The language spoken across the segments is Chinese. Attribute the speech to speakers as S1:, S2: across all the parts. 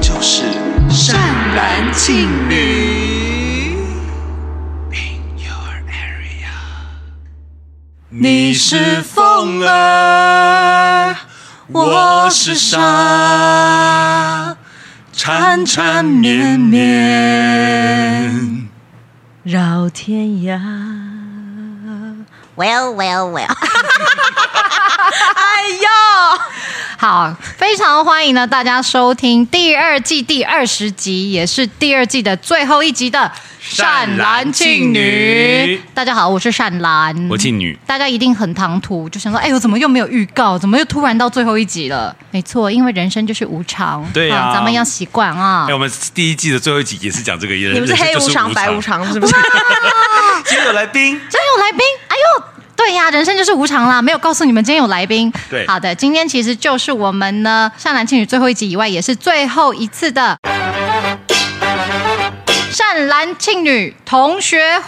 S1: 就是善男信女。In your area，你是风儿，我是沙，缠缠绵绵。
S2: 绕天涯。Well, well, well 哎呦，
S3: 好，非常欢迎呢大家收听第二季第二十集，也是第二季的最后一集的
S1: 善男信女。
S3: 大家好，我是善兰，
S4: 我敬女，
S3: 大家一定很唐突，就想说，哎呦，怎么又没有预告？怎么又突然到最后一集了？没错，因为人生就是无常，
S4: 对啊
S3: 咱们要习惯啊
S4: 哎、。我们第一季的最后一集也是讲这个，
S2: 你
S4: 人
S2: 们是
S4: 人生
S2: 黑
S4: 就
S2: 无
S4: 无
S2: 常啊白无。常是不是？
S4: 今天有来宾，
S3: 真有来宾，哎呦！对呀，人生就是无常啦，没有告诉你们今天有来宾。
S4: 对
S3: 好的，今天其实就是我们呢《善男信女》最后一集以外，也是最后一次的《善男信女同学会》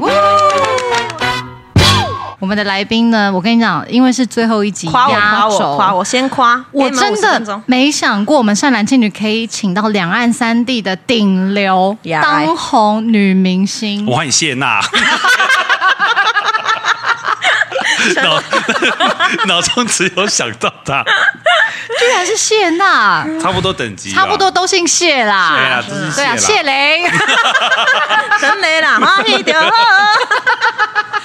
S3: 呜。我们的来宾呢，我跟你讲，因为是最后一集
S2: 夸我
S3: 压
S2: 夸
S3: 轴，
S2: 我夸哎我，先夸，
S3: 我
S2: 给你们
S3: 真
S2: 50分
S3: 的
S2: 钟
S3: 没想过，我们善男信女可以请到两岸三地的顶流
S2: Yeah, right.
S3: 当红女明星。
S4: 我欢迎谢娜。脑脑中只有想到她，
S3: 居然是谢娜，
S4: 差不多等级，啊
S3: 差不多。都姓谢
S4: 对啊，
S3: 啦。
S4: 这是
S3: 对啊，
S4: 谢
S3: 谢
S4: 啦。
S3: 雷。
S2: 真没啊啦，欢喜就好。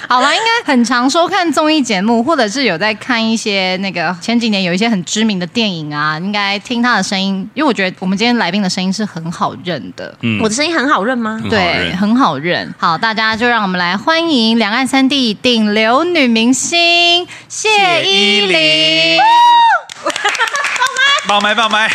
S3: 好了，应该很常收看综艺节目，或者是有在看一些那个前几年有一些很知名的电影啊，应该听他的声音，因为我觉得我们今天来宾的声音是很好认的。
S4: 嗯
S2: 我的声音很好认吗？
S4: 很好
S3: 对，
S4: 认
S3: 很好认。好，大家就让我们来欢迎两岸三地顶流女明星谢
S4: 谢
S3: 依
S4: 依
S3: 霖
S4: 霖。爆麦爆麦，
S2: 大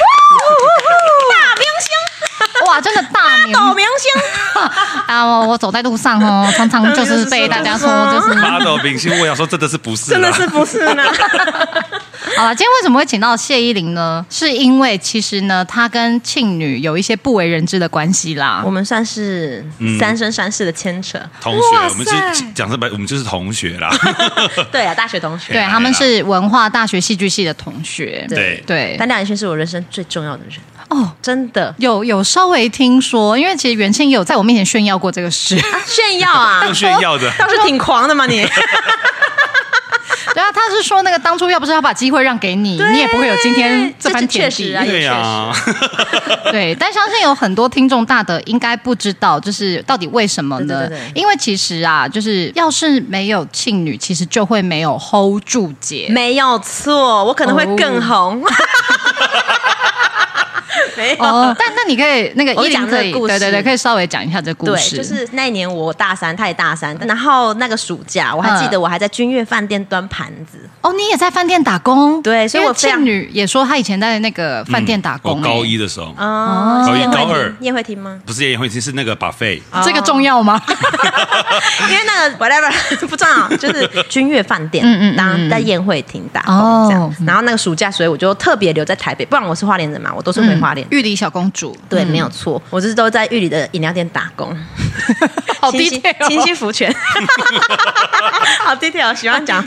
S2: 明星，
S3: 哇，真的大 名
S2: 抖明星，
S4: 嗯
S3: 啊！我我走在路上哦，常常就是被大家说就是
S4: 八斗明星，我想说真的是不是啦？
S2: 真的是不是呢？
S4: 嗯
S3: 好了，今天为什么会请到谢依霖呢？是因为其实呢，她跟庆女有一些不为人知的关系啦
S2: 我。们算是
S4: 嗯
S2: 三生三世的 牵扯，
S4: 同学，
S3: 哇
S4: 我
S3: 塞
S4: 们是讲这白，我们就是同学啦。
S2: 对啊，大学同学。
S3: 对，他们是文化大学戏剧系的同学。
S4: 对
S3: 对，
S2: 但廖宇轩是我人生最重要的人，
S3: 哦，
S2: 真的
S3: 有有稍微听说，因为其实袁庆也有在我面前炫耀过这个 事。
S2: 炫耀啊，
S4: 更 炫耀 的，
S2: 倒是挺狂的 嘛你。
S3: 对啊，他是说那个当初要不是他把机会让给你，你也不会有今天这番田
S2: 确
S3: 地
S2: 实。啊，也
S4: 对
S2: 确实。
S4: 呀，
S3: 对，但相信有很多听众大的应该不知道，就是到底为什么呢？
S2: 对对对对
S3: 因为其实啊，就是要是没有庆女，其实就会没有 hold 住姐。
S2: 没有错，我可能会
S3: 哦
S2: 更红。 没 有。
S3: 哦，但那你可以那个
S2: 我
S3: 依
S2: 讲
S3: 林
S2: 这个
S3: 可以，
S2: 故
S3: 对对
S2: 事
S3: 对，可以稍微讲一下这故
S2: 对，
S3: 事。
S2: 就是那一年我大三，他也大三，然后那个暑假，我还记得我还在君悦饭店端盘子，
S3: 哦，你也在饭店打工，
S2: 对所以
S3: 因为
S2: 我非常
S3: 庆女也说她以前在那个饭店打工、
S4: 我嗯高一的时候，
S2: 哦，
S4: 高
S2: 是
S4: 一
S2: 宴会
S4: 高二
S2: 厅，宴会厅吗？
S4: 不是宴会厅，是那个 buffet。
S3: 哎这个重要吗？
S2: 因为那个 whatever 不重要，就是君悦饭店，
S3: 嗯嗯嗯
S2: 当在宴会厅打
S3: 哦
S2: 工这样。然后那个暑假，所以我就特别留在台北，不然我是花莲人嘛，我都是回
S3: 嗯
S2: 花莲。
S3: 玉里小公主，
S2: 对，
S3: 嗯
S2: 没有错，我就是都在玉里的饮料店打工，
S3: 好
S2: 清 新
S3: detail 哦
S2: 清新福泉，好 detail，喜欢讲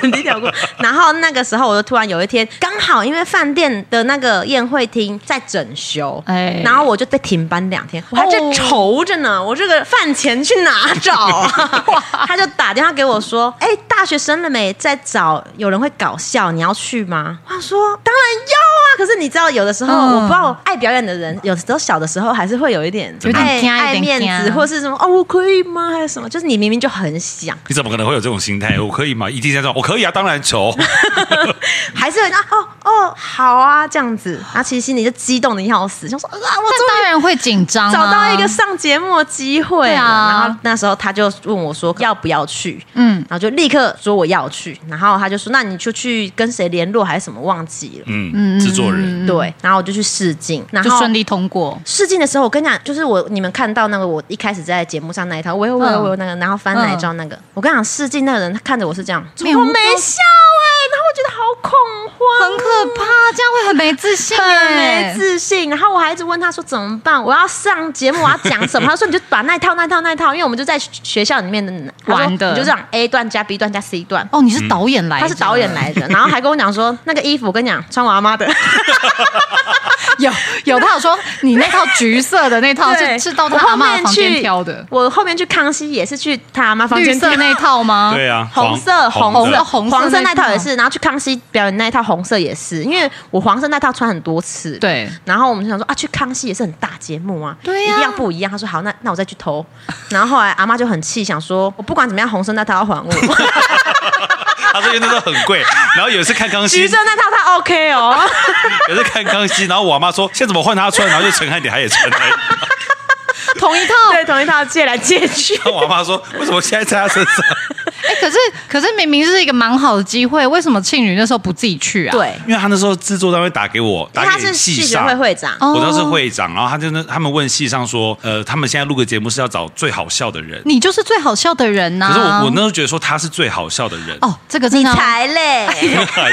S2: 很 detail 过。然后那个时候，我就突然有一天，刚好因为饭店的那个宴会厅在整修，
S3: 哎
S2: 然后我就被停班两天，我还在
S3: 哦
S2: 愁着呢，我这个饭钱去哪 找啊？他就打电话给我说：“哎，大学生了没？在找有人会搞笑，你要去吗？”我想说：“当然要啊！”可是你知道，有的时候、
S3: 嗯
S2: 我不知道爱表演的人，有时候小的时候还是会有一点
S3: 有点
S2: 爱
S3: 怕有
S2: 爱
S3: 点
S2: 面
S3: 怕
S2: 子，或是什么哦，我可以吗？还是什么？就是你明明就很 想，
S4: 你怎么可能会有这种心态？我可以吗？一定在这种，我可以啊，当然求。
S2: 还是会啊哦哦好啊这样子，然后其实心里就激动的要死，想说啊，我
S3: 那
S2: 终
S3: 当然会紧张、啊，
S2: 于找到一个上节目的机会
S3: 对
S2: 了。
S3: 啊
S2: 然后那时候他就问我说要不要去，
S3: 嗯
S2: 然后就立刻说我要去，然后他就说那你就去跟谁联络还是什么忘记了，
S4: 嗯，制作人，
S2: 对，然后我就去试镜，然
S3: 就
S2: 后
S3: 顺利通过。
S2: 试镜的时候，我跟你讲，就是我你们看到那个我一开始在节目上那一套，我有我有
S3: 嗯
S2: 我有那个，然后翻奶罩那个，我跟你讲，试镜那个人他看着我是这样，怎
S3: 面无
S2: 么
S3: 表
S2: 没笑哎、然后我觉得好恐慌，
S3: 很可怕，这样会 很没自信、
S2: 很
S3: 欸，
S2: 没自信。然后我还一直问他说怎么办，我要上节目，我要讲 什么？他说你就把那一套那一套那一套，因为我们就在学校里面的他说
S3: 玩的
S2: 你就这样 A 段加 B 段加 C 段。
S3: 哦，你
S4: 嗯
S3: 是导演来的，
S2: 他是导演来的，然后还跟我讲说，那个衣服我跟你讲，穿我阿妈的，
S3: 有有，他有说你那套橘色的那套
S2: 对
S3: 哦是是到
S2: 我
S3: 他
S2: 后
S3: 阿妈
S2: 面
S3: 房间
S2: 去
S3: 挑的，
S2: 我后面去康熙也是去他阿妈房
S3: 绿
S2: 间挑
S3: 色那套吗？
S4: 对啊，
S2: 红色、
S4: 黄
S2: 红色、
S3: 的红色
S2: 黄色
S3: 那
S2: 那套啊
S3: 套
S2: 也是，然后去康熙表演那一套红色也是，因为我黄色那套穿很多次，。
S3: 对，
S2: 然后我们就想说啊，去康熙也是很大节目啊，
S3: 对
S2: 一
S3: 呀
S2: 定要不一样。他说好，那那我再去偷。然后后来阿妈就很气，想说我不管怎么样，红色那套要还 我，
S4: 他说因为那都很贵，然后有一次看康熙
S2: 橘，色那套他 OK 哦。
S4: 有一次看康熙，然后我妈说现在怎么换他穿，然后就陈汉典他也穿了，
S3: 同一套。
S2: 对，同一套借来借去。
S4: 然后我妈说为什么现在在他身上？
S3: 哎，可是可是明明是一个蛮好的机会，为什么庆女那时候不自己去啊？，
S2: 对，
S4: 因为他那时候制作单位打给我，
S2: 因
S4: 打
S2: 为他
S4: 给
S2: 是
S4: 戏
S2: 戏学
S4: 上
S2: 会会长，
S3: 哦
S4: 我当时会长，然后他就那他们问戏上说，呃，他们现在录个节目是要找最好笑的
S2: 嗯
S4: 人，
S3: 你就是最好笑的人呐。
S4: 可是
S2: 啊
S4: 我我那时候觉得说他是最好笑的人，
S3: 哦，这个真
S2: 你
S3: 的要
S2: 才嘞。
S4: 哎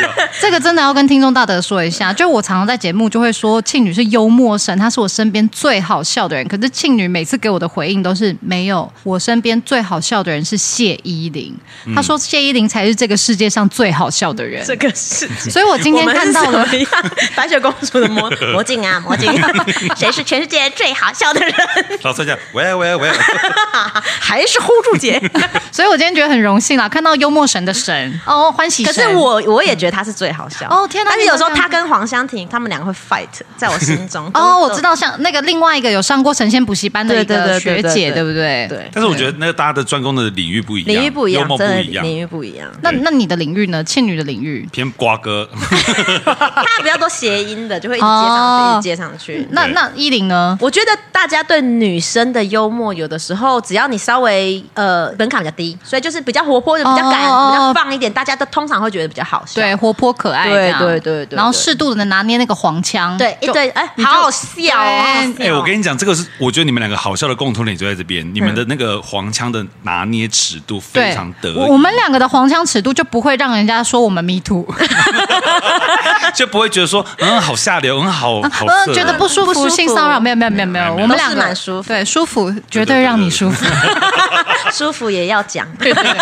S4: 呦
S3: 这个真的要跟听众大德说一下，就我常常在节目就会说，庆女是幽默神，她是我身边最好笑的人。可是庆女每次给我的回应都是没有，我身边最好笑的人是谢依霖。她说谢依霖才是这个世界上最好笑的人。
S2: 嗯这个事情，
S3: 所以我今天
S2: 我们是
S3: 看到了
S2: 什么样白雪公主的魔魔镜啊，魔 镜、啊，谁是全世界最好笑的人？
S4: 老三讲，喂喂喂，
S2: 还是 hold 住姐？
S3: 所以我今天觉得很荣幸啦，看到幽默神的神哦，欢喜
S2: 可
S3: 神。
S2: 是我我也觉得他是最好笑
S3: 哦天哪
S2: 但是有时候
S3: 你们这
S2: 他
S3: 样
S2: 跟黄湘婷他们两个会 fight，在我心中。
S3: 哦，我知。道，像那个另外一个有上过神仙补习班的一
S2: 对对
S3: 个
S2: 对
S3: 学
S2: 对
S3: 姐，对
S2: 对
S3: 不对？
S2: 对
S4: 但是我觉得那个大家的专攻的领域不一样，
S2: 领域不一样
S4: 幽，默不
S2: 真的
S4: 一样，
S2: 领域不一样。
S3: 那那你的领域呢？庆女的领域。
S4: 偏瓜哥，
S2: 他比较多谐音的，就会一直接上
S3: 哦
S2: 去，一直接上去。
S3: 那
S4: 对
S3: 那依林呢？
S2: 我觉得大家对女生的幽默，有的时候只要你稍微呃门槛比较低，所以就是比较活泼的、比较敢、
S3: 哦哦哦
S2: 比较放一点，大家都通常会觉得比较好笑。
S3: 对，活泼可爱这
S2: 对
S3: 样，
S2: 对对对
S3: 然后
S2: 对
S3: 适度的拿捏那个黄腔，
S2: 对，一
S3: 就
S2: 对，哎，
S3: 你就
S2: 好好笑哦！好好笑哦
S4: 哎、我跟你讲，这个是我觉得你们两个好笑的共同点就在这
S3: 嗯
S4: 边，你们的那个黄腔的拿捏尺度非
S3: 对
S4: 常得
S3: 我
S4: 意，
S3: 我们两个的黄腔尺度就不会让人家说我们迷途，
S4: 就不会觉得说，嗯，好下流，嗯，好好
S3: 呃，
S4: 色，
S3: 觉得不舒
S2: 不舒
S3: 服，
S2: 服
S3: 性骚扰，没有没有没有没有，
S4: 没有
S3: 我们两个
S2: 都是蛮舒服
S3: 对，舒服，
S4: 对
S3: 绝
S4: 对
S3: 对让
S4: 对
S3: 你
S4: 对
S3: 舒服。
S2: 舒服也要 讲，
S3: 对对对。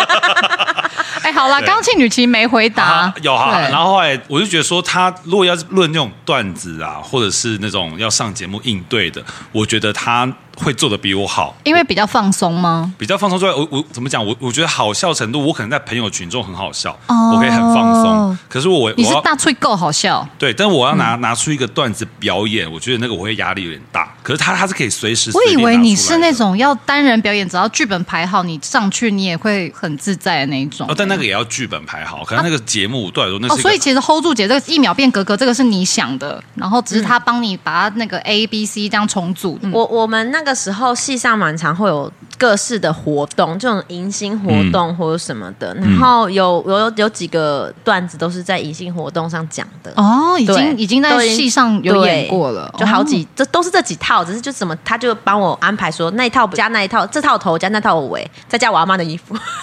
S3: 哎，好啦，
S4: 对
S3: 刚刚庆女其实没回答
S4: 啊，，有哈。
S3: 对
S4: 然后后来我就觉得说，他如果要是论那种段子啊，或者是那种要上节目应对的，我觉得他会做的比我好。
S3: 因为比较放松吗？
S4: 比较放松之外，我
S3: 嗯
S4: 我怎么讲？我我觉得好笑程度，我可能在朋友群中很好笑，
S3: 哦
S4: 我可以很放松。可是我我
S3: 你是
S4: 要
S3: 大脆够好笑，
S4: 对，但是我要拿、
S3: 嗯
S4: 拿出一个段子表演，我觉得那个我会压力有点大。可是他他是可以随时
S3: 我以
S4: 随地拿
S3: 为
S4: 出
S3: 你
S4: 来
S3: 是
S4: 的
S3: 那种要单人表演，只要剧本排好，你上去你也会很自在的那一种
S4: 哦，。但那个也要剧本排好，可能那个节目对我来说那
S3: 啊哦，
S4: 是一个
S3: 所以其实 hold 住姐这个一秒变格格，这个是你想的，然后
S4: 嗯
S3: 只是他帮你把它那个 A、B、C 这样重组。嗯
S2: 我我们那个时候戏上蛮常会有各式的活动，这种迎新活动或者什么的，然后有有有几个段子都是在迎新活动上讲的。
S3: 哦，已
S2: 对
S3: 经已经在
S2: 都已
S3: 戏上有演过了，哦
S2: 对就好几，这都是这几套，只是就怎么，他就帮我安排说那一套加那一套，这套头加那套尾，再加我阿妈的衣服。
S3: 哦。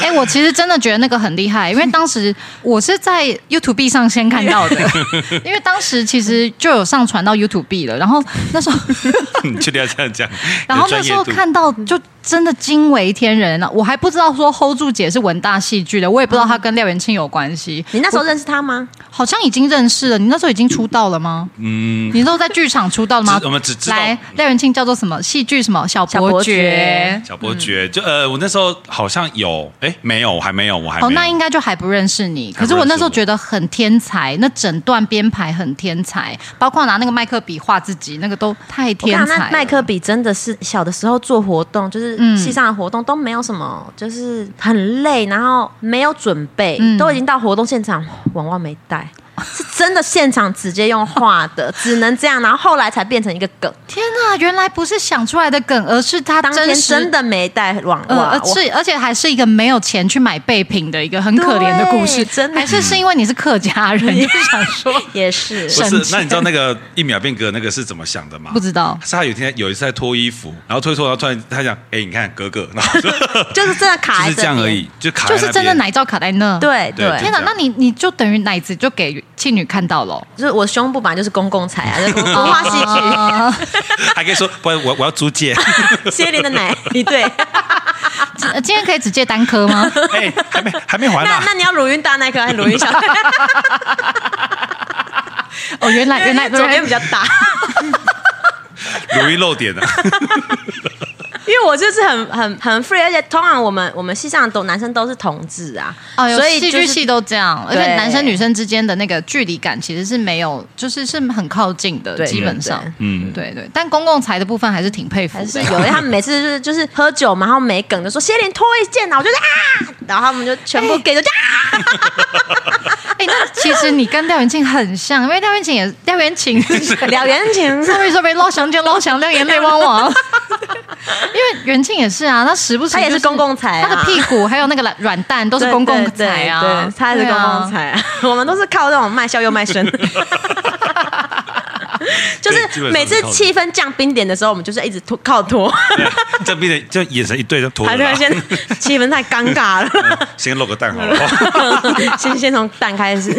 S3: 哎、我其实真的觉得那个很厉害，因为当时我是在 YouTube 上先看到 的，因为当时其实就有上传到 YouTube 了，然后那时候。
S4: 你确定要这样讲？
S3: 然后
S4: 有专
S3: 那
S4: 业
S3: 时候
S4: 度
S3: 看到就真的惊为天人了、我还不知道说 hold 住姐是文大戏剧的，我也不知道她跟廖元庆有关系。
S2: 你那时候认识他吗？
S3: 好像已经认识了，你那时候已经出道了吗？嗯，你那时候在剧场出道了吗？
S4: 只我们只知道
S3: 来廖元庆叫做什么戏剧什么小
S2: 小伯
S3: 伯爵
S2: 爵。
S4: 小伯爵，
S3: 嗯
S4: 就呃，我那时候好像有，哎，没有，我还没有，我还没有。
S3: 哦，那应该就还不认识你。可
S4: 还不认识
S3: 是我那时候觉得很天才，那整段编排很天才，包括拿那个麦克笔画自己，那个都太
S2: 我跟
S3: 天
S2: 你讲
S3: 才了
S2: 那。麦克笔真的是小的时候做活动，就是
S3: 嗯
S2: 戏上的活动都没有什么，就是很累，然后没有准备，
S3: 嗯
S2: 都已经到活动现场，网袜没 带。是真的现场直接用画的，只能这样，然后后来才变成一个梗。
S3: 天哪，原来不是想出来的梗，而是他
S2: 当天
S3: 真实
S2: 真的没带网
S3: 呃，
S2: 袜，
S3: 而
S2: 我
S3: 且而且还是一个没有钱去买备品的一个很可怜的故事，
S2: 对 真的
S3: 还是是因为你是客家人，就想 说
S2: 也是
S4: 不
S3: 省
S4: 是，
S3: 钱
S4: 那你知道那个一秒变革那个是怎么想的吗？
S3: 不知道
S4: 是他有一天有一次在脱衣服，然后脱一脱，然后突然他讲，哎，你看格格，然后就 就
S2: 就是真的卡在
S4: 是这样
S2: 边
S4: 而已，就卡在
S3: 就
S4: 那
S3: 是
S4: 边
S3: 真的奶罩卡在那。，
S2: 对
S4: 对
S2: 对
S3: 天，
S4: 就
S3: 哪，
S4: 这样
S3: 那你你就等于奶子就给庆女看到了哦、
S2: 就是我胸部本来就是公共 财啊，就是文化戏剧，
S3: 啊
S4: 还可以说，不然我我要租借，
S2: 谢莲的
S4: 啊
S2: 奶一对。
S3: 今今天可以只借单颗 吗？
S4: 哎，还没还没还
S2: 那
S4: 呢
S2: 那。你要乳晕大那颗还是乳晕小？
S3: 哦，原来原来
S2: 因为左边比较大，
S4: 容易漏点的、啊。
S2: 因为我就是很很很 free，而且通常我们我们系上都男生都是同志啊，
S3: 哦，有
S2: 所以
S3: 戏
S2: 就
S3: 剧
S2: 是
S3: 系都这样，而
S2: 对
S3: 且男生女生之间的那个距离感其实是没有，就是是很靠近的，
S2: 对
S3: 基本上，
S2: 对
S4: 嗯，
S3: 对对。但公共财的部分还是挺佩服
S2: 还是
S3: 的，
S2: 有，因为他们每次就是就是喝酒嘛，然后没梗就说谢玲脱一件啊，我就啊，然后他们就全部给就啊，
S3: 哎、那其实你跟廖元庆很像，因为廖元庆也廖元庆
S2: 啊两元钱
S3: sorry sorry，老想见老想亮眼泪汪汪。 因为元庆也是啊，他时不时、
S2: 他也是公共财啊
S3: 他的屁股还有那个软软蛋都是公共财啊，
S2: 对对对，他也是公共
S3: 对啊。
S2: 财啊，我们都是靠这种卖笑又 卖身。就
S4: 对基本上
S2: 是
S4: 是
S2: 每次
S4: 靠这个
S2: 气氛降冰点的时候，我们就是一直拖靠拖，
S4: 这边的就眼神一对就脱了
S2: 还
S4: 啦
S2: 是，先气氛太尴尬了，
S4: 先露个蛋好
S2: 嗯
S4: 了。
S2: 先先从蛋开始。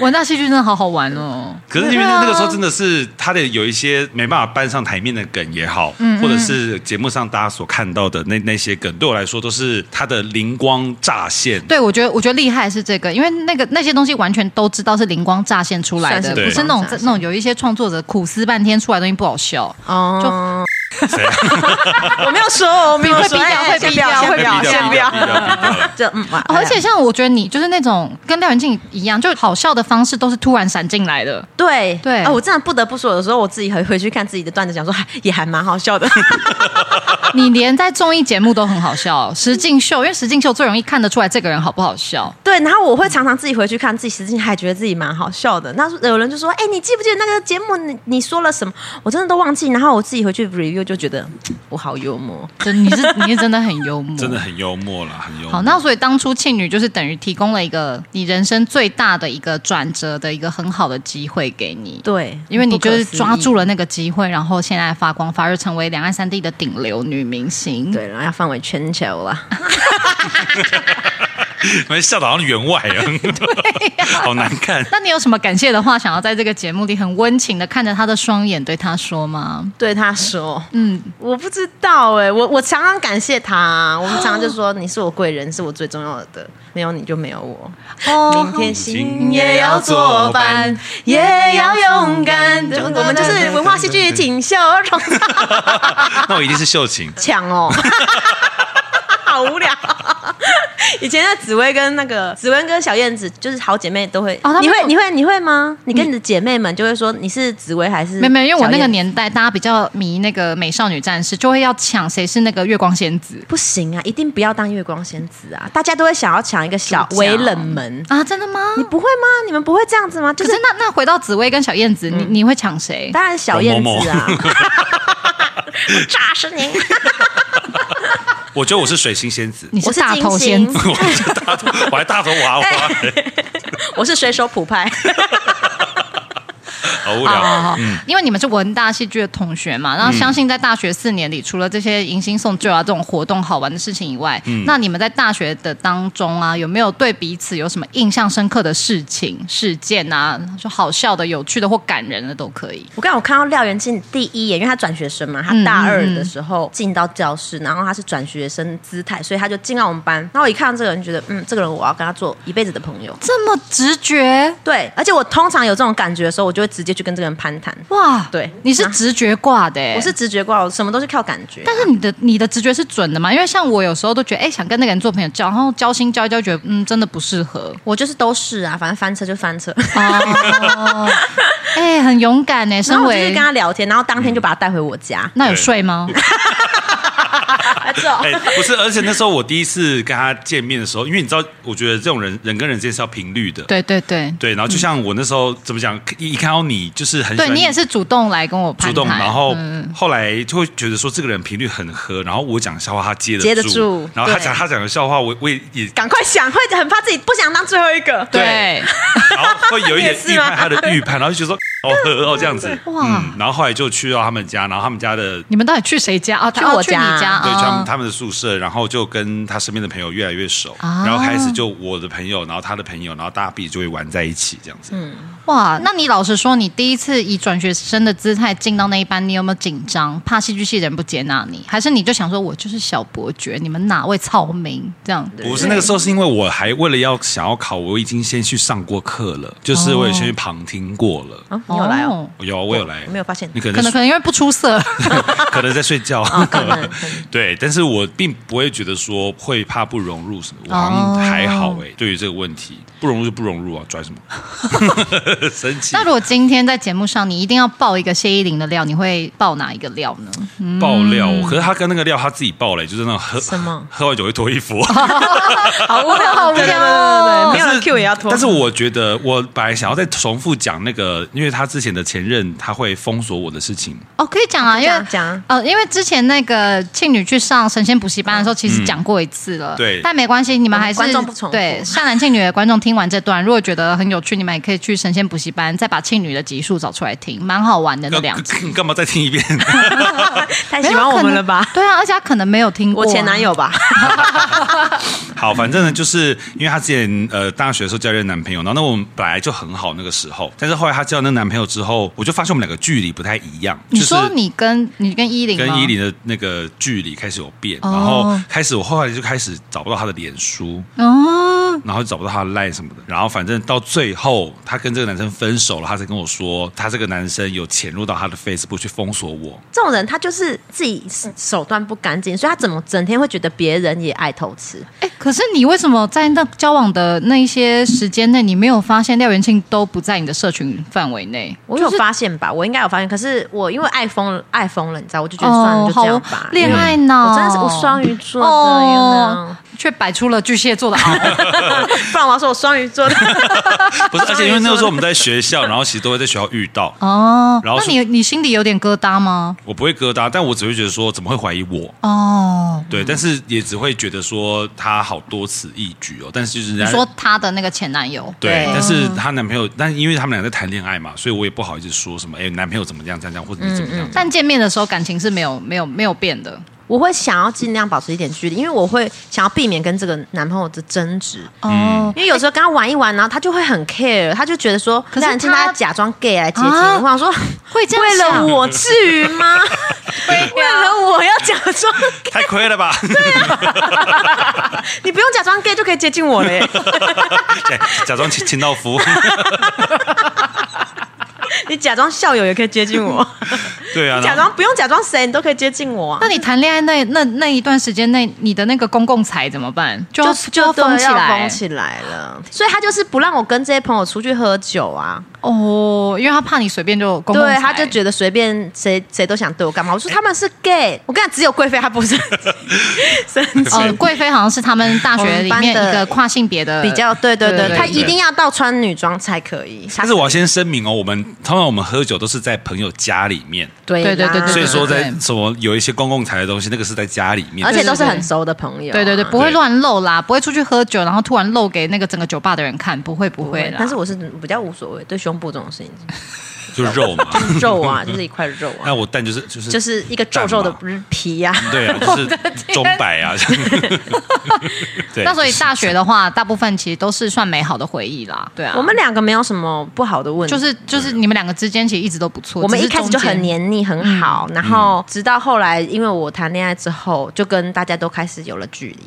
S3: 文大戏剧真的好好玩哦。
S4: 可是因为那个时候真的是他的有一些没办法搬上台面的梗也好，或者是节目上大家所看到的那那些梗，对我来说都是他的灵光乍现。
S3: 对，我觉得我觉得厉害是这个，因为那个那些东西完全都知道是灵光乍现出来的，
S2: 算
S4: 是
S3: 不是
S2: 灵
S3: 那
S2: 光
S3: 种
S2: 乍现
S3: 那种有一些创作者苦思半天出来的东西不好笑。
S2: 哦，
S4: 谁啊
S2: 我没有说，我没有
S3: 会
S2: 说，
S3: 逼掉
S2: 哎
S3: 会
S2: 先
S3: 逼
S2: 不要
S3: 掉
S2: 先
S3: 会
S2: 不要，
S4: 逼掉
S2: 先不
S4: 逼掉
S2: 要
S4: 逼掉逼掉了，
S2: 就嗯，哇
S3: 哦而且像我觉得你就是那种跟廖元庆一样，就好笑的方式都是突然闪进来的。
S2: 对
S3: 对
S2: 啊我真的不得不说，有时候我自己回回去看自己的段子，讲说还哎也还蛮好笑的。
S3: 你连在综艺节目都很好笑，石敬秀，因为石敬秀最容易看得出来这个人好不好笑。
S2: 对，然后我会常常自己回去看自己，实际还觉得自己蛮好笑的。那有人就说：“哎、你记不记得那个节目你？你说了什么？”我真的都忘记。然后我自己回去 review 就觉得嘖我好幽默。
S3: 真，你是 你是真的很幽默，
S4: 真的。很幽默啦，很幽默。
S3: 好，那所以当初庆女就是等于提供了一个你人生最大的一个转折的一个很好的机会给你。
S2: 对，
S3: 因为你就是抓住
S2: 了。
S3: 了那个机会，然后现在发光发热，成为两岸三地的顶流女明星。
S2: 对，然后要放为全球啦。
S4: 那笑得好像员外啊，好难看。
S3: 那你有什么感谢的话，想要在这个节目里很温情的看着她的双眼对她说吗？
S2: 对他说
S3: 嗯，：“
S2: 我不知道哎、我我常常感谢他、啊我们常常就说你是我贵人，是我最重要的，没有你就没有我。
S3: 哦
S2: 明天心也要作伴，也要勇敢。对我们就是文化戏剧锦绣儿童。”
S4: 那我一定是秀琴，
S2: 抢哦， 好无聊。以前在紫薇跟那个紫薇跟小燕子，就是好姐妹都会。
S3: 哦她们
S2: 你会
S3: 有
S2: 你会你会吗？你跟你的姐妹们就会说你是紫薇还是？
S3: 没没，因为我那个。年代，大家比较迷那个美少女战士，就会要抢谁是那个月光仙子
S2: 不行啊！一定不要当月光仙子啊！大家都会想要抢一个小
S3: 主角
S2: 微冷门，
S3: 啊？真的吗？
S2: 你不会吗？你们不会这样子吗？就
S3: 可是
S2: 是
S3: 那那回到紫薇跟小燕子，
S2: 嗯
S3: 你你会抢谁？
S2: 当然小燕子啊，
S4: 某某
S2: 我炸死你！
S4: 我觉得我是水星仙子，
S3: 你
S2: 我
S3: 是
S2: 是
S3: 大头仙
S2: 金
S3: 子
S2: 星，
S4: 我是大头，我还大头娃哎娃，
S2: 我是水手普派，
S4: 好无
S3: 好好
S4: 聊
S3: 好。因为你们是文大戏剧的同学嘛，然后相信在大学四年里，除了这些迎新送旧啊这种活动好玩的事情以外，那你们在大学的当中啊，有没有对彼此有什么印象深刻的事情、事件啊？就好笑的、有趣的或感人的都可以。
S2: 我刚我看到廖元庆第一眼，因为他转学生嘛，
S3: 嗯
S2: 他大二的时候进到教室，然后他是转学生姿态，所以他就进到我们班。然后我一看到这个人，觉得嗯，这个人我要跟他做一辈子的朋友。
S3: 这么直觉
S2: 对，而且我通常有这种感觉的时候，我就会直接去跟这个人攀谈。
S3: 哇！
S2: 对
S3: 你是
S2: 啊
S3: 直觉挂的、欸，
S2: 我是直觉挂，我什么都是靠感觉。
S3: 但是你的你的直觉是准的嘛？因为像我有时候都觉得，哎、想跟那个人做朋友，交然后交心交一交，觉得嗯，真的不适合。
S2: 我就是都是啊，反正翻车就翻车。
S3: 哦， 哎、很勇敢呢、
S2: 然
S3: 身
S2: 后我就是
S3: 为
S2: 跟他聊天，然后当天就把他带回我家。
S3: 那有睡吗？
S2: 啊，这
S4: 哎，不是，而且那时候我第一次跟他见面的时候，因为你知道，我觉得这种人人跟人之间是要频率的。
S3: 对对对，
S4: 对，然后就像我那时候怎么讲，一一看到你就是很喜
S3: 对
S4: 欢
S3: 你也是主动来跟我
S4: 主
S3: 攀
S4: 动，
S3: 谈，
S4: 然后
S3: 嗯
S4: 后来就会觉得说这个人频率很合，然后我讲笑话他接得
S2: 接得住
S4: 然后他
S2: 对
S4: 讲他讲的笑话我我也也
S2: 赶快想，会很怕自己不想当最后一个。
S3: 对，
S4: 然后会有一点
S2: 也是
S4: 预
S2: 吗
S4: 判他的预判，然后就觉得说 好合哦这样子，
S3: 哇
S4: 嗯，然后后来就去到他们家，然后他们家的。
S3: 你们到底去谁家啊？
S2: 去
S3: 他
S2: 我
S3: 去你
S2: 家
S3: 家
S4: 对，他们
S2: 哦
S3: 啊？
S4: 他们的宿舍，然后就跟他身边的朋友越来越熟，
S3: 啊
S2: 哦嗯
S4: 然后开始就我的朋友，然后他的朋友，然后大家彼此就会玩在一起这样子。
S3: 哇，那你老实说，你第一次以转学生的姿态进到那一班，你有没有紧张？怕戏剧系人不接纳你，还是你就想说，我就是小伯爵，你们哪位草民这样？
S4: 不是那个时候，是因为我还为了要想要考，我已经先去上过课了，就是
S2: 哦
S4: 我也先去旁听过了。
S2: 啊，你有来哦，
S3: 哦
S4: 有，我有来，
S2: 我没有发现
S4: 你可
S3: 可
S4: 能
S3: 能可能因为不出色，
S4: 可能在睡觉
S2: 哦可能可能。
S4: 对，但是我并不会觉得说会怕不融入什么，我好像还
S2: 哦
S4: 好哎、对于这个问题，不融入就不融入啊，拽什么？ 生气啊
S3: 那如果今天在节目上，你一定要爆一个谢依霖的料，你会爆哪一个料呢？
S4: 爆料，
S3: 嗯
S4: 可是他跟那个料他自己爆嘞、就是那种喝
S2: 什么
S4: 喝完酒会脱衣 服。
S2: 好无聊，好无
S3: 无聊哦
S2: 对对对对，没有人 Q 也要拖。
S4: 但是我觉得，我本来想要再重复讲那个，因为他之前的前任他会封锁我的事情，
S3: 哦，可以讲啊，因为
S2: 讲讲
S3: 呃，因为之前那个庆女去上神仙补习班的时候，其实讲过一次了，
S4: 嗯对
S3: 但没关系，你们还是
S2: 观众不重复
S3: 对善男信女的观众听完这段，如果觉得很有趣，你们也可以去神仙补习班，再把庆女的集数找出来听，蛮好玩的那
S4: 干
S3: 两集。
S4: 干嘛再听 一遍？
S2: 太喜欢我们了吧？
S3: 对啊，而且他可能没有听过、
S2: 我前男。友吧，
S4: 好，反正呢，就是因为她之前呃大学的时候交了一个男朋友，然后那我们本来就很好那个时候，但是后来她交了那个男朋友之后，我就发现我们两个距离不太一样，
S3: 你
S4: 就是
S3: 说你跟你跟依林吗
S4: 跟依林的那个距离开始有变，
S3: 哦
S4: 然后开始我后来就开始找不到她的脸书，
S3: 哦，
S4: 然后找不到她的 line 什么的，然后反正到最后她跟这个男生分手了，她才跟我说她这个男生有潜入到她的 Facebook 去封锁 我，
S2: 这种人他就是自己手段不干净，所以他怎么整天会觉得别人也爱偷吃？
S3: 哎，可是你为什么在那交往的那一些时间内，你没有发现廖元庆都不在你的社群范围内？
S2: 我
S3: 就
S2: 有
S3: 是
S2: 发现吧，我应该有发现，可是我因为爱疯了，爱疯了，你知道，我就觉得算了，就这样吧嗯
S3: 好。哦恋爱脑，
S2: 我真的是我双鱼座的，有没
S3: 哦
S2: 有，
S3: 却摆出了巨蟹 座的袄。
S2: 不然我要说我双鱼座的，
S4: 不是，而且因为那个时候我们在学校，然后其实都会在学校遇到，
S3: 哦，
S4: 然后
S3: 那
S4: 是
S3: 你你心里有点疙瘩吗？
S4: 我不会疙瘩，但我只会觉得说怎么会怀疑我。
S3: 哦，
S2: 嗯
S4: 对，但是也只会觉得说她好多此一举哦，但是就是
S3: 你
S4: 人家
S3: 说她的那个前男友，
S4: 对
S2: 对，
S4: 但是她男朋友，但因为他们俩在谈恋爱嘛，所以我也不好意思说什么，哎，男朋友怎么这样这样这样，或者你怎么
S2: 嗯
S4: 样，
S3: 但见面的时候感情是没有没有没有变的。
S2: 我会想要尽量保持一点距离，因为我会想要避免跟这个男朋友的争执。
S3: 哦，
S2: 因为有时候跟他玩一玩，然后他就会很 care，他就觉得说，
S3: 可是
S2: 让人听
S3: 他
S2: 他假装 gay 来接近，
S3: 啊
S2: 我想说，
S3: 会这样
S2: 为
S3: 想
S2: 了我至于 吗？为了我要假装，
S4: 太亏了吧？
S2: 你不用假装 gay 就可以接近 我了耶，
S4: 假装亲亲到 夫，
S2: 你假装校友也可以接近我，
S4: 对啊，
S2: 你假
S4: 然后
S2: 装不用假装谁，你都可以接近我啊
S3: 那。你谈恋爱那那那一段时间内，你的那个公共财怎么办？就要
S2: 就
S3: 要
S2: 就
S3: 封
S2: 对
S3: 起
S2: 要
S3: 来
S2: 封起来了，所以他就是不让我跟这些朋友出去喝酒啊。
S3: 哦，因为他怕你随便就公共哎
S2: 对
S3: 财，，
S2: 他就觉得随便谁谁都想对我干嘛。我说他们是 gay，我跟你讲，只有贵妃她不 是生气。
S3: 哦，贵妃好像是他们大学里面
S2: 我们班的
S3: 一个跨性别的
S2: 比较对对对，她一定
S4: 对
S2: 要到穿女装才可以。
S4: 但是我要先声明哦，我们通常我们喝酒都是在朋友家里面，
S2: 对
S3: 对对
S2: 啦
S3: 对对
S4: 所以说在
S3: 对
S4: 什么有一些公共财的东西，那个是在家里面
S2: 而，且
S3: 对
S2: 都是
S3: 对
S2: 很熟的朋友啊、
S3: 对对对，不会乱漏啦，不会出去喝酒，然后突然漏给那个整个酒吧的人看，不会不
S2: 不
S3: 会
S2: 会
S3: 啦。。
S2: 但是我是比较无所谓，对胸部这种事情，
S4: 就肉嘛。
S2: 肉 啊，就是一块肉啊
S4: 那，我蛋就是就是
S2: 就是一个皱皱的
S4: 蛋嘛
S2: 皮呀、啊。
S4: 对啊，就是钟摆 啊。这样对，
S3: 那所以大学的话，大部分其实都是算美好的回忆啦。对啊，
S2: 我们两个没有什么不好的问题，
S3: 就是就是你们两个之间其实一直都不错。
S2: 我们
S3: 只
S2: 一
S3: 是
S2: 开始就
S3: 中间
S2: 很。黏腻很好，然后直到后来，因为我谈恋爱之后，就跟大家都开始有了距离，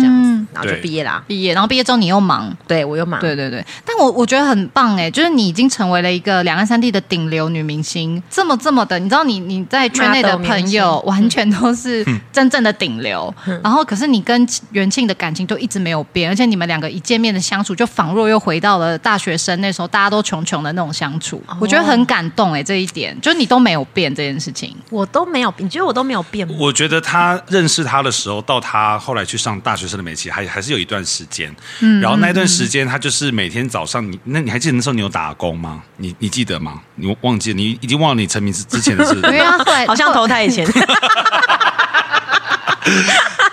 S2: 这样子，然后就
S4: 对
S2: 毕业啦。
S3: 嗯毕业，然后毕业之后你又忙，
S2: 对我又忙，
S3: 对对对。但我我觉得很棒哎、就是你已经成为了一个两岸三地的顶流女明星，这么这么的，你知道你你在圈内的
S2: Model
S3: 朋友完全都是真正的顶流，然后可是你跟元庆的感情就一直没有变，而且你们两个一见面的相处就仿若又回到了大学生那时候大家都穷穷的那种相处，我觉得很感动哎、这一点就是你都没有变这件事 情。
S2: 我都没有，你觉得我都没有变吗？
S4: 我觉得他认识他的时候，到他后来去上大学生的美琪，还还是有一段时间。
S2: 嗯
S4: 然后那一段时间，他就是每天早上，你那你还记得那时候你有打工吗？你你记得吗？你忘记了你已经忘了你成 名之之前的事。
S3: 因为他后来
S2: 好像投胎以前，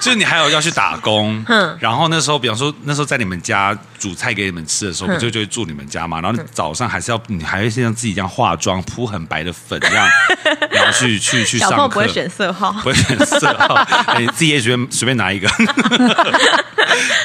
S4: 就是你还有要去打工，
S2: 嗯
S4: 嗯，然后那时候，比方说那时候在你们家煮菜给你们吃的时候，我就就会住你们家嘛，然后你早上还是要，你还会像自己一样化妆，铺很白的粉这样，然后去去去
S2: 小
S4: 上
S2: 朋友
S4: 课，
S2: 不会选色号，
S4: 不会选色号，哎你自己也随便随便拿一 个。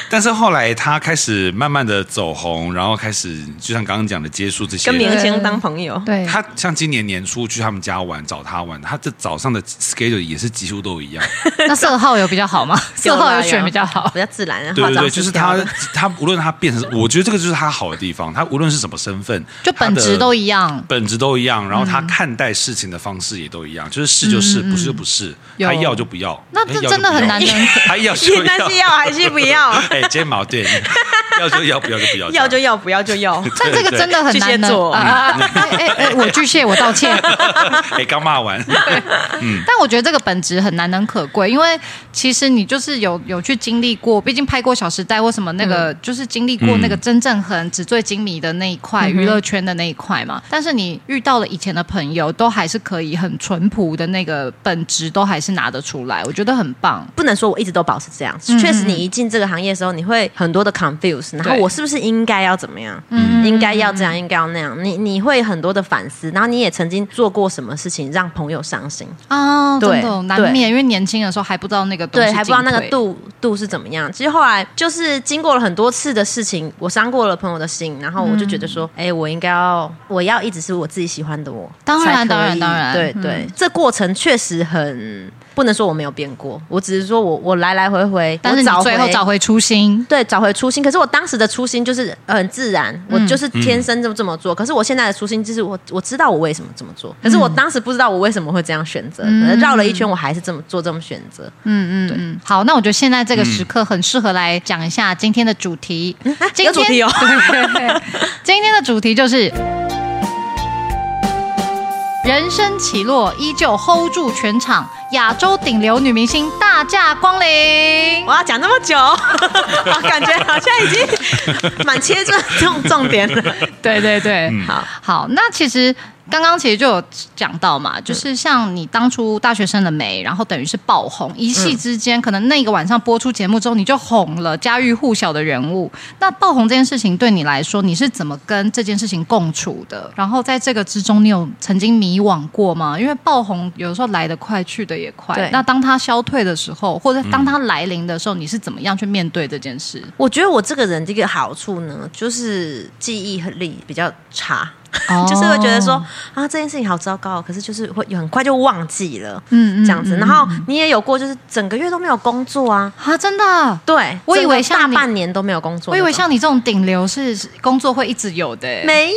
S4: 但是后来他开始慢慢的走红，然后开始就像刚刚讲的接触这些
S2: 跟明星当朋友。
S3: 对，
S4: 他像今年年初去他们家玩，找他玩，他这早上的 schedule 也是几乎都一样。
S3: 那色号有比较好吗？色号 有选比较好
S2: 比。较 自然。
S4: 对
S2: 化
S4: 对
S2: 妆
S4: 对，
S2: 师
S4: 就是
S2: 挑
S4: 他
S2: 的
S4: 他无论他变成，我觉得这个就是他好的地方。他无论是什么身份，
S3: 就本
S4: 他
S3: 质
S4: 的
S3: 都一样，嗯
S4: 本质都一样，然后他看待事情的方式也都一样，就是是就是，不是就不是，
S3: 嗯有
S4: 他要就不要。
S3: 那
S4: 哎
S3: 这
S4: 要
S3: 真的
S4: 就不
S3: 很
S4: 要
S3: 难能可
S4: 他要 就
S2: 你那是要还是不 要？
S4: 哎，今天矛盾，要就要，不要就不要，
S2: 要就要，不要就要。
S3: 但这个真的很
S2: 巨蟹
S3: 难能。
S2: 座
S3: 啊哎哎 哎，我巨蟹，我道歉。
S4: 哎，刚骂完，
S3: 但我觉得这个本质很难能可贵，因为其实你就是有有去经历过，毕竟拍过《小时代》或什么那个，就是经历过那个真正很纸醉金迷的那一块、娱乐圈的那一块嘛。但是你遇到了以前的朋友，都还是可以很淳朴的那个本质，都还是拿得出来，我觉得很棒。
S2: 不能说我一直都保持这样，确实你一进这个行业的时候，你会很多的 confuse，然后我是不是应该要怎么样？
S4: 嗯
S2: 应该要这样，应该要那样，你你会很多的反思，然后你也曾经做过什么事情让朋友伤心，
S3: 啊，真
S2: 对
S3: 的难免，因为年轻的时候还不知道那个东西
S2: 对，还不知道那个
S3: 进退。
S2: 度度是怎么样。其实后来就是经过了很多次的事情，我伤过了朋友的心，然后我就觉
S3: 嗯
S2: 得说，哎、我应该要，我要一直是我自己喜欢的我。
S3: 当然
S2: 才可以
S3: 当然当然
S2: 对
S3: 嗯
S2: 对，这过程确实很不能说我没有变过，我只是说我我来来回回，
S3: 但是
S2: 我
S3: 你
S2: 找
S3: 最后
S2: 回
S3: 找回初心，
S2: 对，找回初心。可是我当时的初心就是呃很自然，我
S3: 嗯
S2: 就是天生这么这么做。可是我现在的初心就是我我知道我为什么这么做，可是
S3: 嗯
S2: 我当时不知道我为什么会这样选择，可能绕了一圈我还是这么做这么选择。
S3: 嗯嗯嗯，好，那我觉得现在这个时刻很适合来讲一下今天的主题。 今天
S2: 有主题哦
S3: 对今天的主题就是人生起落依旧 hold 住全场，亚洲顶流女明星大驾光临
S2: 我。要讲那么久， 感觉好像已经蛮切中重重点 了。
S3: 对对对，
S2: 好，
S3: 好，那其实刚刚其实就有讲到
S2: 嗯
S3: 嘛，就是像你当初大学生的美，然后等于是爆红，一夕
S2: 嗯
S3: 之间，可能那个晚上播出节目之后，你就红了，家喻户晓的人物。那爆红这件事情对你来说，你是怎么跟这件事情共处的？然后在这个之中，你有曾经迷惘过吗？因为爆红有时候来得快，去得也快
S2: 对。嗯
S3: 那当它消退的时候，或者当它来临的时候，你是怎么样去面对这件事？
S2: 我觉得我这个人的一个好处呢，就是记忆力比较差。
S3: 哦
S2: 就是会觉得说啊，这件事情好糟糕，可是就是会很快就忘记了，
S3: 嗯
S2: 嗯
S3: 嗯
S2: 这样子。然后你也有过，就是整个月都没有工作啊，
S3: 啊，真的啊。
S2: 对，
S3: 我以为
S2: 整个
S3: 像你
S2: 大半年都没有工作
S3: 我
S2: 那
S3: 以
S2: 种，
S3: 为像你这种顶流是工作会一直有的、欸，
S2: 没有，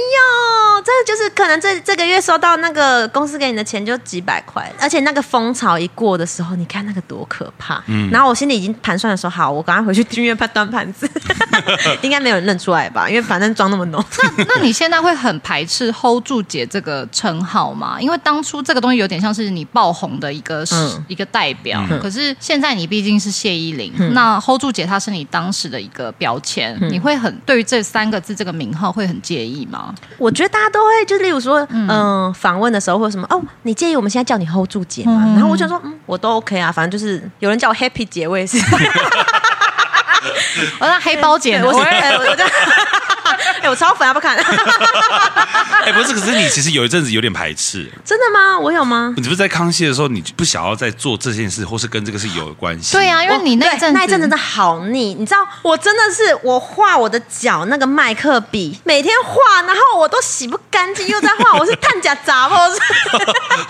S2: 这就是可能这这个月收到那个公司给你的钱就几百块，而且那个风潮一过的时候，你看那个多可怕。然后我心里已经盘算的时候，好，我赶快回去剧院判断盘子，应该没有人认出来吧？因为反正妆那么浓。
S3: 那你现在会很排斥 “hold 住姐”这个称号吗？因为当初这个东西有点像是你爆红的一个、
S2: 嗯嗯
S3: 一个代表，可是现在你毕竟是谢依霖，那 “hold 住姐”她是你当时的一个标签，你会很对于这三个字这个名号会很介意吗？
S2: 我觉得大家都会，就例如说，嗯、访问的时候或者什么，哦，你介意我们现在叫你 hold 住姐吗？然后我就说，嗯，我都 OK 啊，反正就是有人叫我 happy 姐，我也是，
S3: 哦，那黑包姐呢，
S2: 对我
S3: 我
S2: 是，哎我就， 哎，我超粉啊，不看，
S4: 哎，不是，可是你其实有一阵子有点排斥，
S2: 真的吗？我有吗？
S4: 你不是在康熙的时候，你就不想要再做这件事，或是跟这个是有关系？
S3: 对呀、啊，因为你那
S2: 哦对
S3: 一阵
S2: 那一阵子
S3: 子
S2: 真的好腻，你知道，我真的是我画我的脚那个麦克笔，每天画，然后我都洗不干净，又在画，我是探假杂不？ 我是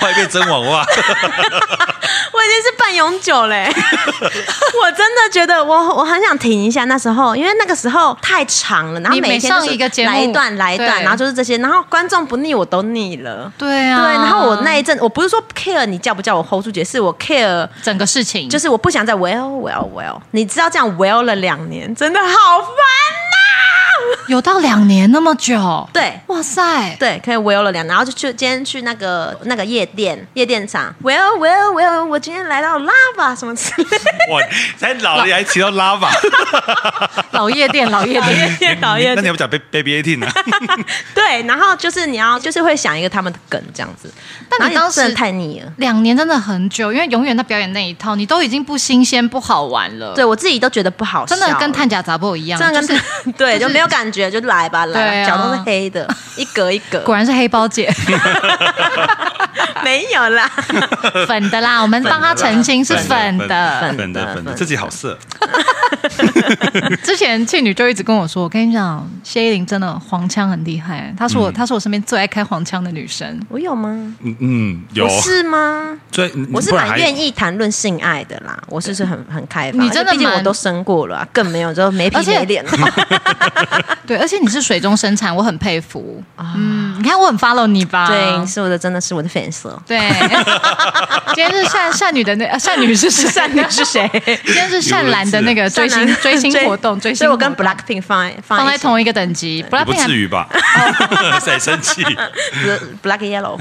S4: 后来变真网袜，
S2: 我已经是半永久嘞、 我真的觉得我我很想停一下那时候，因为那个时候太长了，然后
S3: 你每
S2: 天就是
S3: 上一个节目
S2: 来一段来一段，
S3: 对
S2: 然后就是这些，然后观众不腻我都腻了。
S3: 对啊，
S2: 对，然后我那一阵，我不是说 care 你叫不叫我 hold 住姐，是我 care
S3: 整个事情
S2: 就是我不想再 well well well，你知道这样 well 了两年，真的好烦呐、
S3: 有到两年那么久，
S2: 对
S3: 哇塞，
S2: 对，可以 will 了两，然后就去今天去那个那个夜店夜店场，will will will，我今天来到 lava 什么之类的，
S4: 哇，才老了还提到 拉吧？
S3: 老夜店，老夜店，
S2: 夜导夜
S4: 那你要不讲 Baby Eighteen 呢？
S2: 对，然后就是你要就是会想一个他们的梗这样子，
S3: 但你
S2: 然后
S3: 当时
S2: 真的太腻了。
S3: 两年真的很久，因为永远在表演那一套，你都已经不新鲜、不好玩了。
S2: 对，我自己都觉得不好笑
S3: 真
S2: 了，
S3: 的跟探假杂波一样，
S2: 真的
S3: 就
S2: 跟、
S3: 是
S2: 对
S3: 就
S2: 就是没有感觉，就来吧
S3: 对
S2: 来
S3: 啊
S2: 吧，脚都是黑的，一格一格，
S3: 果然是黑包姐
S2: 没有啦。
S3: 粉的啦，我们帮她澄清是粉的。
S4: 粉的粉的，自己好色。
S3: 之前庆女就一直跟我说，我跟你讲，谢依霖真的黄腔很厉害，她是我、她是我身边最爱开黄腔的女生。
S2: 我有吗？
S4: 嗯嗯，有
S2: 我。是吗？
S4: 所以
S2: 我是
S4: 嗯不然还
S2: 蛮愿意谈论性爱的啦，我是是很很开放，
S3: 你真的
S2: 而且毕竟
S3: 蛮
S2: 我都生过了啊、更没有就没皮
S3: 而且
S2: 没 脸了。
S3: 对，而且你是水中生产，我很佩服。嗯，你看我很 follow 你吧？
S2: 对，你是我的，真的是我的 fans 哦。
S3: 对， 今天是善善女的那、啊、善女是谁？善女是谁？今天是善兰的那个追星
S2: 善男
S3: 追星 活动，追星
S2: 所以
S3: 活
S2: 我
S3: 动
S2: 跟 Blackpink 放在
S3: 放
S2: 放
S3: 在
S2: 在
S3: 同一个等级
S4: 也不
S3: ，Blackpink
S4: 至
S3: 还
S4: 于吧？ 谁生气？
S2: Black Yellow，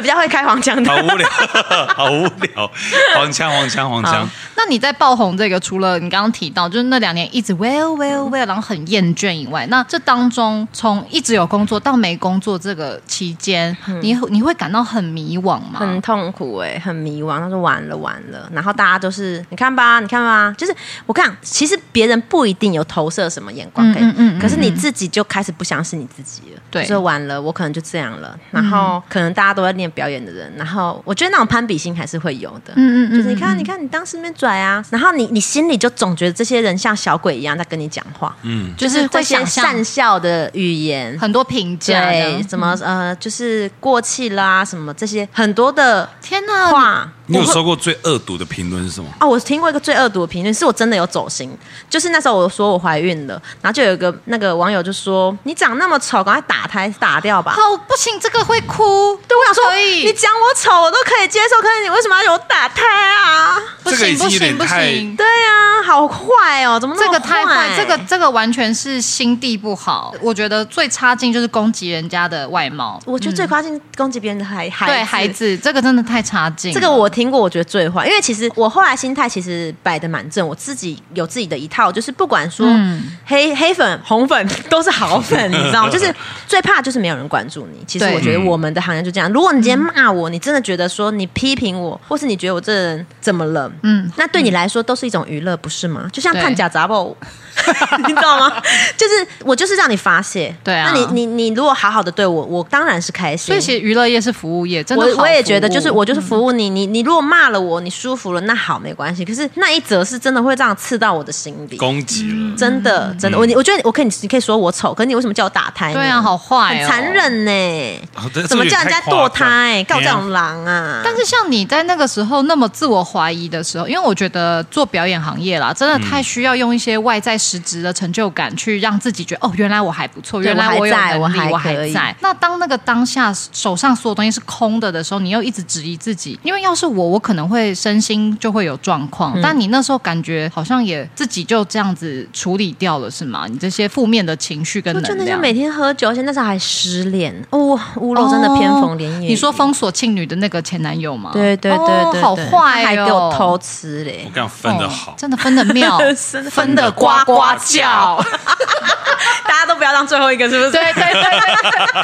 S2: 比较会开黄腔的
S4: 好。无聊， 好无聊，黄腔黄腔黄腔
S3: 好。那你在爆红这个，除了你刚刚提到，就是那两年一直 well well well，然后很厌倦以外，那这当中从一直有工作到没工作这个期间，你你会感到很迷惘吗？
S2: 嗯很痛苦哎、很迷惘。他说完了完了，然后大家就是你看吧，你看吧，就是我看，其实别人不一定有投射什么眼光可以，
S3: 嗯嗯嗯嗯
S2: 可是你自己就开始不相信你自己了，
S3: 对嗯
S2: 就说完了，我可能就这样了。然后可能大家都在练表演的人，然后我觉得那种攀比心还是会有的，
S3: 嗯嗯嗯
S2: 就是你看你看你当时没拽啊，然后你你心里就总觉得这些人像小鬼一样在跟你讲话，
S4: 嗯，
S3: 就是
S2: 这
S3: 会
S2: 些
S3: 想象
S2: 善笑的语言，
S3: 很多评价这样，嗯
S2: 对，什么呃，就是过气啦，什么这些很多的
S3: 天哪！
S2: 话。
S4: 你有
S2: 我会
S4: 收过最恶毒的评论是什么？
S2: 哦，我听过一个最恶毒的评论，是我真的有走心。就是那时候我说我怀孕了，然后就有一个那个网友就说：“你长那么丑，赶快打胎打掉吧。
S3: 好哦不行，这个会哭。”
S2: 对，我想
S3: 不
S2: 说，
S3: 可以
S2: 你讲我丑我都可以接受，可是你为什么要有打胎啊？
S3: 不
S4: 这个已
S3: 行
S4: 经
S3: 不
S4: 有点
S3: 行不
S4: 太
S3: 行，
S2: 对啊，好坏哦，怎么那
S3: 这
S2: 么
S3: 个太
S2: 坏
S3: 坏，这个这个完全是心地不好。我觉得最差劲就是攻击人家的外貌，
S2: 我觉得最夸张，攻击别人的孩孩
S3: 嗯对孩子，这个真的太差劲了。
S2: 这个我听过，我觉得最坏，因为其实我后来心态其实摆的蛮正，我自己有自己的一套，就是不管说
S3: 嗯
S2: 黑、黑粉、红粉 都是 好粉，你知道吗？就是最怕就是没有人关注你。其实
S3: 对
S2: 我觉得我们的行业就这样，如果你今天骂我，你真的觉得说你批评我，或是你觉得我这人怎么了，
S3: 嗯
S2: 嗯，那对你来说都是一种娱乐，不是吗？就像
S3: 对
S2: 看假杂报。 你知 道吗？就是我就是让你发泄，
S3: 对啊
S2: 那你你你如果好好的对我，我当然是开心。
S3: 所以其实娱乐业是服务业，真的
S2: 我
S3: 好
S2: 我也觉得，
S3: 服务
S2: 就是我就是服务你，你你如果骂了我，你舒服了，那好没关系。可是那一则是真的会这样刺到我的心里，
S4: 攻击了。
S2: 真的真的，我你我觉得我可以，你可以说我丑，可是你为什么叫我打胎呢？
S3: 对啊，好坏、
S2: 很
S3: 哦，
S2: 残。忍呢
S4: 哦这，
S2: 怎么叫人家堕胎
S4: 这个也太夸张？
S2: 告这种狼啊！
S3: 但是像你在那个时候那么自我怀疑的时候，因为我觉得做表演行业啦，真的太需要用一些外在实质的成就感去让自己觉得哦，原来我还不错，
S2: 对
S3: 原来
S2: 我还
S3: 有
S2: 在
S3: 能力，我
S2: 我还可
S3: 还
S2: 以
S3: 在。那当那个当下手上所有东西是空的的时候，你又一直质疑自己，因为要是我，我可能会身心就会有状况。
S2: 嗯
S3: 但你那时候感觉好像也自己就这样子处理掉了，是吗？你这些负面的情绪跟
S2: 我
S3: 能
S2: 真的就
S3: 量。
S2: 每天喝酒，而且那时候还失恋，哦，屋漏真的偏逢连夜雨。
S3: 你说封锁庆女的那个前男友吗？
S2: 对对对
S3: 哦
S2: 对对，
S3: 好
S2: 他
S3: 坏哦，
S2: 还给我偷吃
S4: 我。
S2: 嘞，
S4: 跟你讲分的
S3: 哦
S4: 好，
S3: 真的分的妙
S2: 真的
S3: 分的呱呱 叫。
S2: 大家都不要当最后一个，是不是？
S3: 对对对对，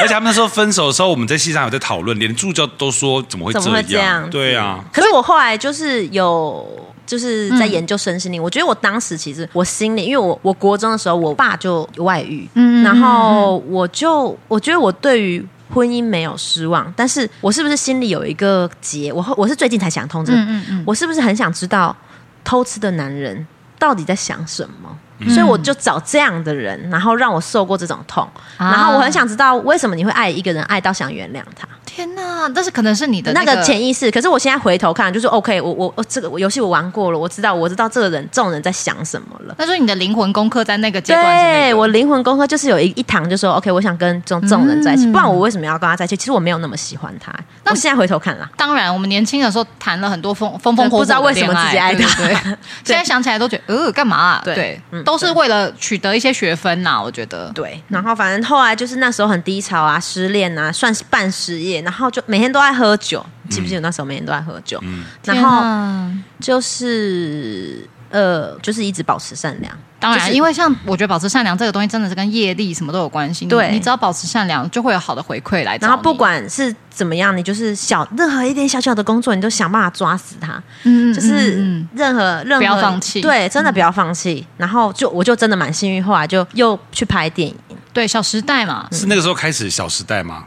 S4: 而且他们那时候分手的时候，我们在戏上有在讨论，连助教都说怎么会
S2: 怎么会
S4: 这
S2: 这样
S4: 样？
S2: 子？
S4: 对啊，
S2: 可是我后来就是有。就是在
S3: 嗯
S2: 研究身心灵，我觉得我当时其实我心里，因为我我国中的时候，我爸就有外遇，
S3: 嗯
S2: 然后我就我觉得我对于婚姻没有失望，但是我是不是心里有一个结？我后我是最近才想通这个，
S3: 嗯嗯嗯，
S2: 我是不是很想知道偷吃的男人到底在想什么？
S3: 嗯
S2: 所以我就找这样的人，然后让我受过这种痛，
S3: 啊
S2: 然后我很想知道为什么你会爱一个人爱到想原谅他。
S3: 天哪！但是可能是你的
S2: 那
S3: 个
S2: 个潜意识。可是我现在回头看，就是 OK，我我哦我这个游戏我玩过了，我知道我知道这个人这种人在想什么了。
S3: 那就是你的灵魂功课在那个阶段是那个
S2: 对我灵魂功课就是有一一堂就说 OK，我想跟这种这种人在一起，不然我为什么要跟他在一起？其实我没有那么喜欢他。
S3: 嗯那
S2: 我现在回头看啦，
S3: 当然，我们年轻的时候谈了很多风风风火火的
S2: 不知道为什么自己爱
S3: 恋
S2: 他
S3: 爱对对 对现在想起来都觉得，呃，干嘛、啊？
S2: 对
S3: 对，
S2: 嗯
S3: 都是为了取得一些学分呐、我觉得。
S2: 对，然后反正后来就是那时候很低潮啊，失恋啊，算是半失业，然后就每天都在喝酒，记不记得那时候每天都在喝酒？
S3: 嗯
S2: 然
S3: 天
S2: 后
S3: 哪
S2: 就是呃，就是一直保持善良，
S3: 当然，
S2: 就是
S3: 因为像我觉得保持善良这个东西，真的是跟业力什么都有关系。你
S2: 对
S3: 你只要保持善良，就会有好的回馈来找
S2: 然
S3: 你。
S2: 后不管是怎么样，你就是小任何一点小小的工作，你都想办法抓死他，
S3: 嗯，嗯，
S2: 就是
S3: 嗯嗯
S2: 任何任何
S3: 不要放弃嗯
S2: 对，真的不要放弃。然后就我就真的蛮幸运，后来就又去拍电影，
S3: 对《小时代》嘛，
S2: 嗯
S4: 是那个时候开始《小时代》吗？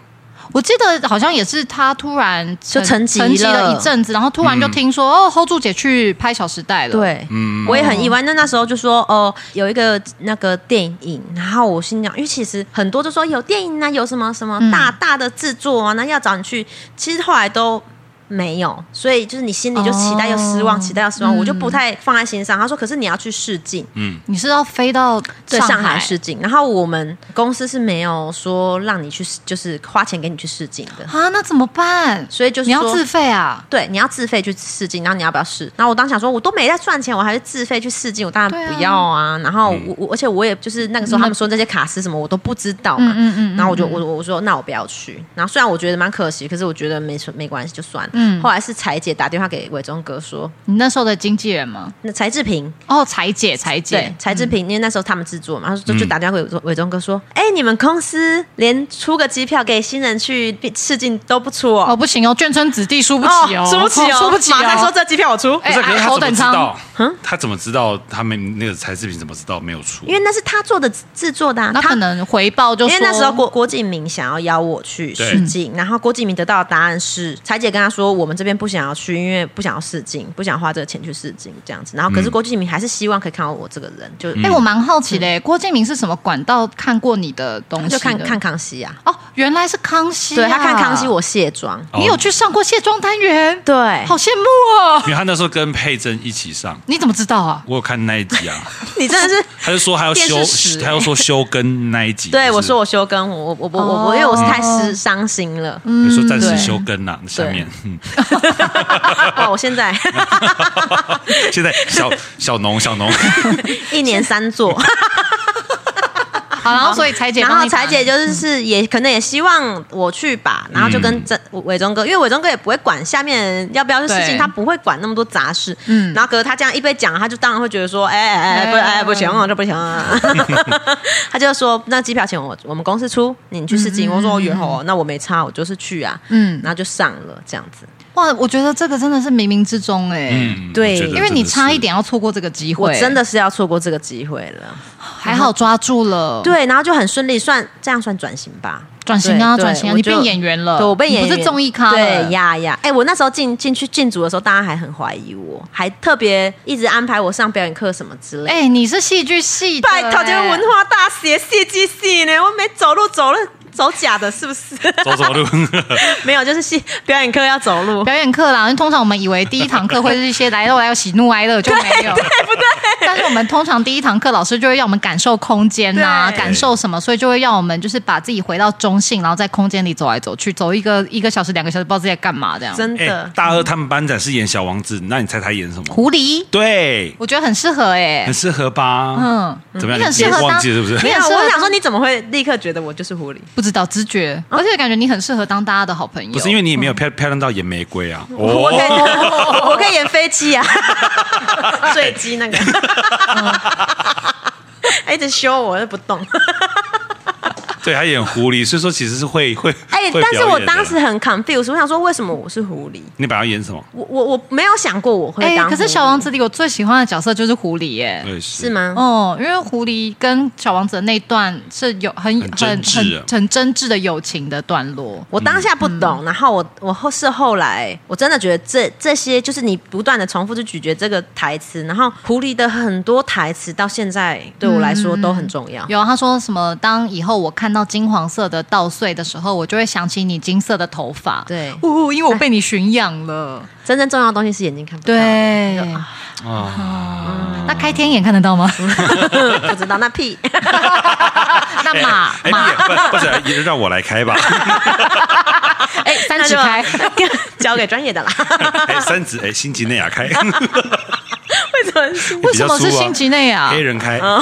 S3: 我记得好像也是他突然
S2: 就沉寂了
S3: 沉寂了一阵子，然后突然就听说、哦，hold 住姐去拍《小时代》了。，
S2: 对，
S4: 嗯，
S2: 我也很意外。那那时候就说哦，有一个那个电影，然后我心想，因为其实很多就说有电影啊，有什么什么
S3: 嗯
S2: 大大的制作啊，那要找你去，其实后来都。没有，所以就是你心里就期待又失望，
S3: 哦
S2: 期待又失望，
S3: 嗯
S2: 我就不太放在心上。他说：“可是你要去试镜，
S3: 你是要飞到
S2: 对
S3: 上
S2: 上海试镜，然后我们公司是没有说让你去试，就是花钱给你去试镜的，
S3: 啊？那怎么办？
S2: 所以就是
S3: 你要
S2: 说
S3: 自费啊？
S2: 对，你要自费去试镜，然后你要不要试？然后我当时想说，我都没在赚钱，我还是自费去试镜，我当
S3: 对
S2: 然
S3: 啊
S2: 不要啊。然后我我而且我也就是那个时候他们说这些卡司什么我都不知道嘛，
S3: 嗯嗯嗯
S2: 然后我就我我我说那我不要去。然后虽然我觉得蛮可惜，可是我觉得没什没关系就算了。
S3: 嗯
S2: 后来是彩姐打电话给伟忠哥说，
S3: 你那时候的经纪人吗？
S2: 那柴智屏
S3: 哦，裁姐，裁
S2: 对
S3: 姐，
S2: 柴智屏，因为那时候他们制作嘛，他说就就
S4: 嗯
S2: 打电话给伟忠伟忠哥说，哎、你们公司连出个机票给新人去试镜都不出
S3: 哦，
S2: 哦。
S3: 不行哦，眷村子弟输不起哦，
S2: 出不起哦，
S3: 输不起哦。哎
S2: 马上说这机票我出，
S4: 不是，可是他
S3: 头
S4: 怎么
S3: 啊等
S4: 知
S3: 舱
S4: 道？他怎么知道他们那个柴智屏怎么知道没有出？
S2: 因为那是他做的制作的、啊，
S3: 那
S2: 他
S3: 可能回报就
S2: 因为那
S3: 说
S2: 时候郭郭敬明想要邀我去
S4: 对
S2: 试镜，然后郭敬明得到的答案是，彩姐跟他说我们这边不想要去，因为不想要试镜，不想花这个钱去试镜这样子。然后可是
S4: 嗯
S2: 郭敬明还是希望可以看到我这个人，就、
S3: 哎、我蛮好奇的、
S4: 嗯
S3: 郭敬明是什么管道看过你的东西的？
S2: 就看看康熙啊，
S3: 哦，原来是康熙、啊，
S2: 对他看康熙，我卸妆，
S4: 哦
S3: 你有去上过卸妆单元，
S2: 对，
S3: 好羡慕哦！
S4: 因为他那时候跟佩珍一起上，
S3: 你怎么知道 啊？
S4: 我有看那一集 啊，
S2: 你真的是。
S4: 他就说还要修
S2: 电视史，
S4: 他要说修跟那一集。
S2: 对，
S4: 就是
S2: 我说我休更，我我我我
S3: 哦嗯
S2: 我，因为我是太失伤心了。
S4: 有时候暂时
S2: 对
S4: 休更啦，下面 嗯
S2: 哇，哦我现 在
S4: 现在小小农小 农，
S2: 一年三做，
S3: 好，然后所以裁姐
S2: 然
S3: 帮
S2: 后
S3: 你嗯
S2: 彩
S3: 把，
S2: 姐就是是也可能也希望我去吧，
S3: 嗯
S2: 然后就跟这伟忠哥，因为伟忠哥也不会管下面人要不要去事
S3: 对
S2: 情，他不会管那么多杂事。
S3: 嗯
S2: 嗯，然后可是他这样一被讲，他就当然会觉得说，哎哎哎，不
S3: 哎
S2: 哎不行啊，这不行啊。 他就说那机票钱我我们公司出，你去试镜。我说哦，也好，那我没差，我就是去啊。
S3: 嗯，
S2: 然后就上了这样子，
S3: 哇，我觉得这个真的是冥冥之中哎、
S4: 嗯，
S2: 对
S4: 我觉得
S3: 因为
S4: 真
S3: 你
S4: 的是
S3: 差一，点要错过这个机
S2: 我
S3: 会，
S2: 真的是要错过这个机会了。
S3: 还好抓住了。，
S2: 对，然后就很顺利，算这样算转型吧。
S3: 转型啊，
S2: 对对
S3: 转型啊，
S2: 我
S3: 你
S2: 就
S3: 变演员了，
S2: 对，我被演
S3: 你
S2: 员
S3: 不是综艺咖了
S2: 对呀呀，哎、我那时候进进去进组的时候，大家还很怀疑我，还特别一直安排我上表演课什么之类的。
S3: 哎、你是戏剧系的、
S2: 拜托，这个
S3: 哎
S2: 文化大学戏剧系呢，我没走路走了走假的，是不是？
S4: 走走 路， 哎
S2: 没有，就是戏表演课要走路。
S3: 表演课啦，因为通常我们以为第一堂课会是一些来到来有喜怒哀乐，就没有，对不对？但是我们通常第一堂课老师就会要我们感受空间呐、
S2: 对
S3: 感受什么，所以就会要我们就是把自己回到中性，然后在空间里走来走去，走一个一个小时、两个小时，不知道自己在干嘛这样。
S2: 真的、
S4: 哎，大二他们班长是演小王子，那你猜他演什么？
S3: 狐狸，
S4: 对，
S3: 我觉得很适合哎、
S4: 很适合吧？
S3: 嗯，
S4: 怎么
S3: 你
S4: 样？
S3: 很
S4: 你
S3: 适合
S4: 忘
S3: 当
S4: 记了是不是？
S2: 没有
S3: 很，适合
S2: 我想
S3: 当
S2: 说你怎么会立刻觉得我就是狐狸？
S3: 不知道直觉，而且感觉你很适合当大家的好朋友。
S4: 不是因为你也
S3: 嗯
S4: 没有漂漂亮到演玫瑰啊，
S2: 我可以，
S4: 哦，
S2: 我可以演飞机啊，坠机 那个，一直修我都不动。
S4: 对，他演狐狸，所以说其实是会会，
S2: 哎、
S4: 会
S2: 但是
S4: 表
S2: 我
S4: 演的
S2: 当时很 confused，我想说为什么我是狐狸？
S4: 你把他演什么？
S2: 我我我没有想过我会
S3: 哎、
S2: 当狐狸、
S3: 可是小王子里我最喜欢的角色就是狐狸耶、
S4: 对，
S2: 呃是？吗？
S4: 嗯
S3: 哦，因为狐狸跟小王子的那段是有很
S4: 很真
S3: 很
S4: 挚
S3: 很
S4: 啊
S3: 很真挚的友情的段落。
S2: 我当下不懂，
S3: 嗯
S2: 然后我我后是后来，我真的觉得这这些就是你不断的重复去咀嚼这个台词，然后狐狸的很多台词到现在对我来说都很重要。
S3: 嗯有啊他说什么？当以后我看到金黄色的稻穗的时候，我就会想起你金色的头发。
S2: 对
S3: 呜、因为我被你驯养了。
S2: 真正重要的东西是眼睛看不到的。
S3: 对，
S4: 啊，
S3: 那开天眼看得 到吗？
S2: 不知道那屁，
S3: 啊那马
S4: 哎，
S3: 马
S4: 不不是，也让我来开吧，
S3: 哎，三指开，
S2: 交给专业 的啦。
S4: 哎，三指，哎，辛吉内亚 开，
S2: 为什么是
S3: 为什么是辛吉内亚
S4: 啊黑？人开，
S2: 哎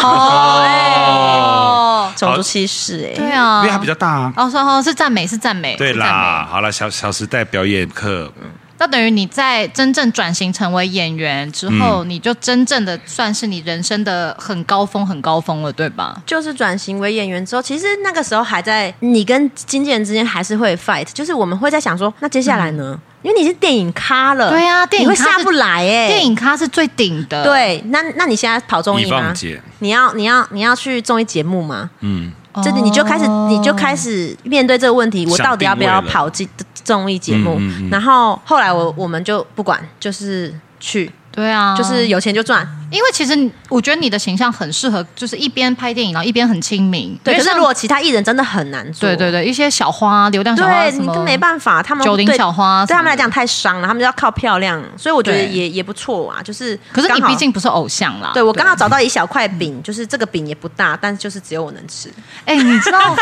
S3: 哦，
S2: 种族歧视？哎，
S3: 对啊，
S4: 因为它比较大啊。
S3: 哦，说哦是赞美，是赞美，
S4: 对
S3: 是赞
S4: 啦
S3: 美。，
S4: 好啦，小小时代表演课，
S3: 那等于你在真正转型成为演员之后，你就真正的算是你人生的很高峰，很高峰了，对吧？
S2: 就是转型为演员之后，其实那个时候还在你跟经纪人之间还是会 fight，就是我们会在想说，那接下来呢？因为你是电影咖
S3: 嗯
S2: 了，
S3: 对啊，电影
S2: 你会
S3: 咖
S2: 下
S3: 是
S2: 不来哎、
S3: 电影咖是最顶的，，
S2: 对，那那你现在跑综艺
S4: 你
S2: 吗
S4: 放姐？
S2: 你要你要你要去综艺节目吗？
S4: 嗯，
S2: 这你就开始
S3: 哦
S2: 你就开始面对这个问题，我
S4: 想
S2: 到底要不
S4: 定位
S2: 要
S4: 了
S2: 跑进综艺节目？
S4: 嗯嗯嗯
S2: 然后后来我我们就不管，就是去，
S3: 对啊，
S2: 就是有钱就赚。
S3: 因为其实你我觉得你的形象很适合，就是一边拍电影，然后一边很亲民。
S2: 对，
S3: 因为
S2: 可是
S3: 像
S2: 如果其他艺人真的很难做，
S3: 对对对，一些小花、流量小花
S2: 对，
S3: 什
S2: 你
S3: 么，
S2: 都没办法，他们
S3: 九零
S2: 对
S3: 小花
S2: 对他们来
S3: 什么
S2: 讲太伤了，他们就要靠漂亮，所以我觉得
S3: 对
S2: 也也不错啊。就是
S3: 可是你
S2: 刚好
S3: 毕竟不是偶像啦。
S2: 对我刚好找到一小块饼，就是这个饼也不大，但就是只有我能吃。
S3: 哎、你知道，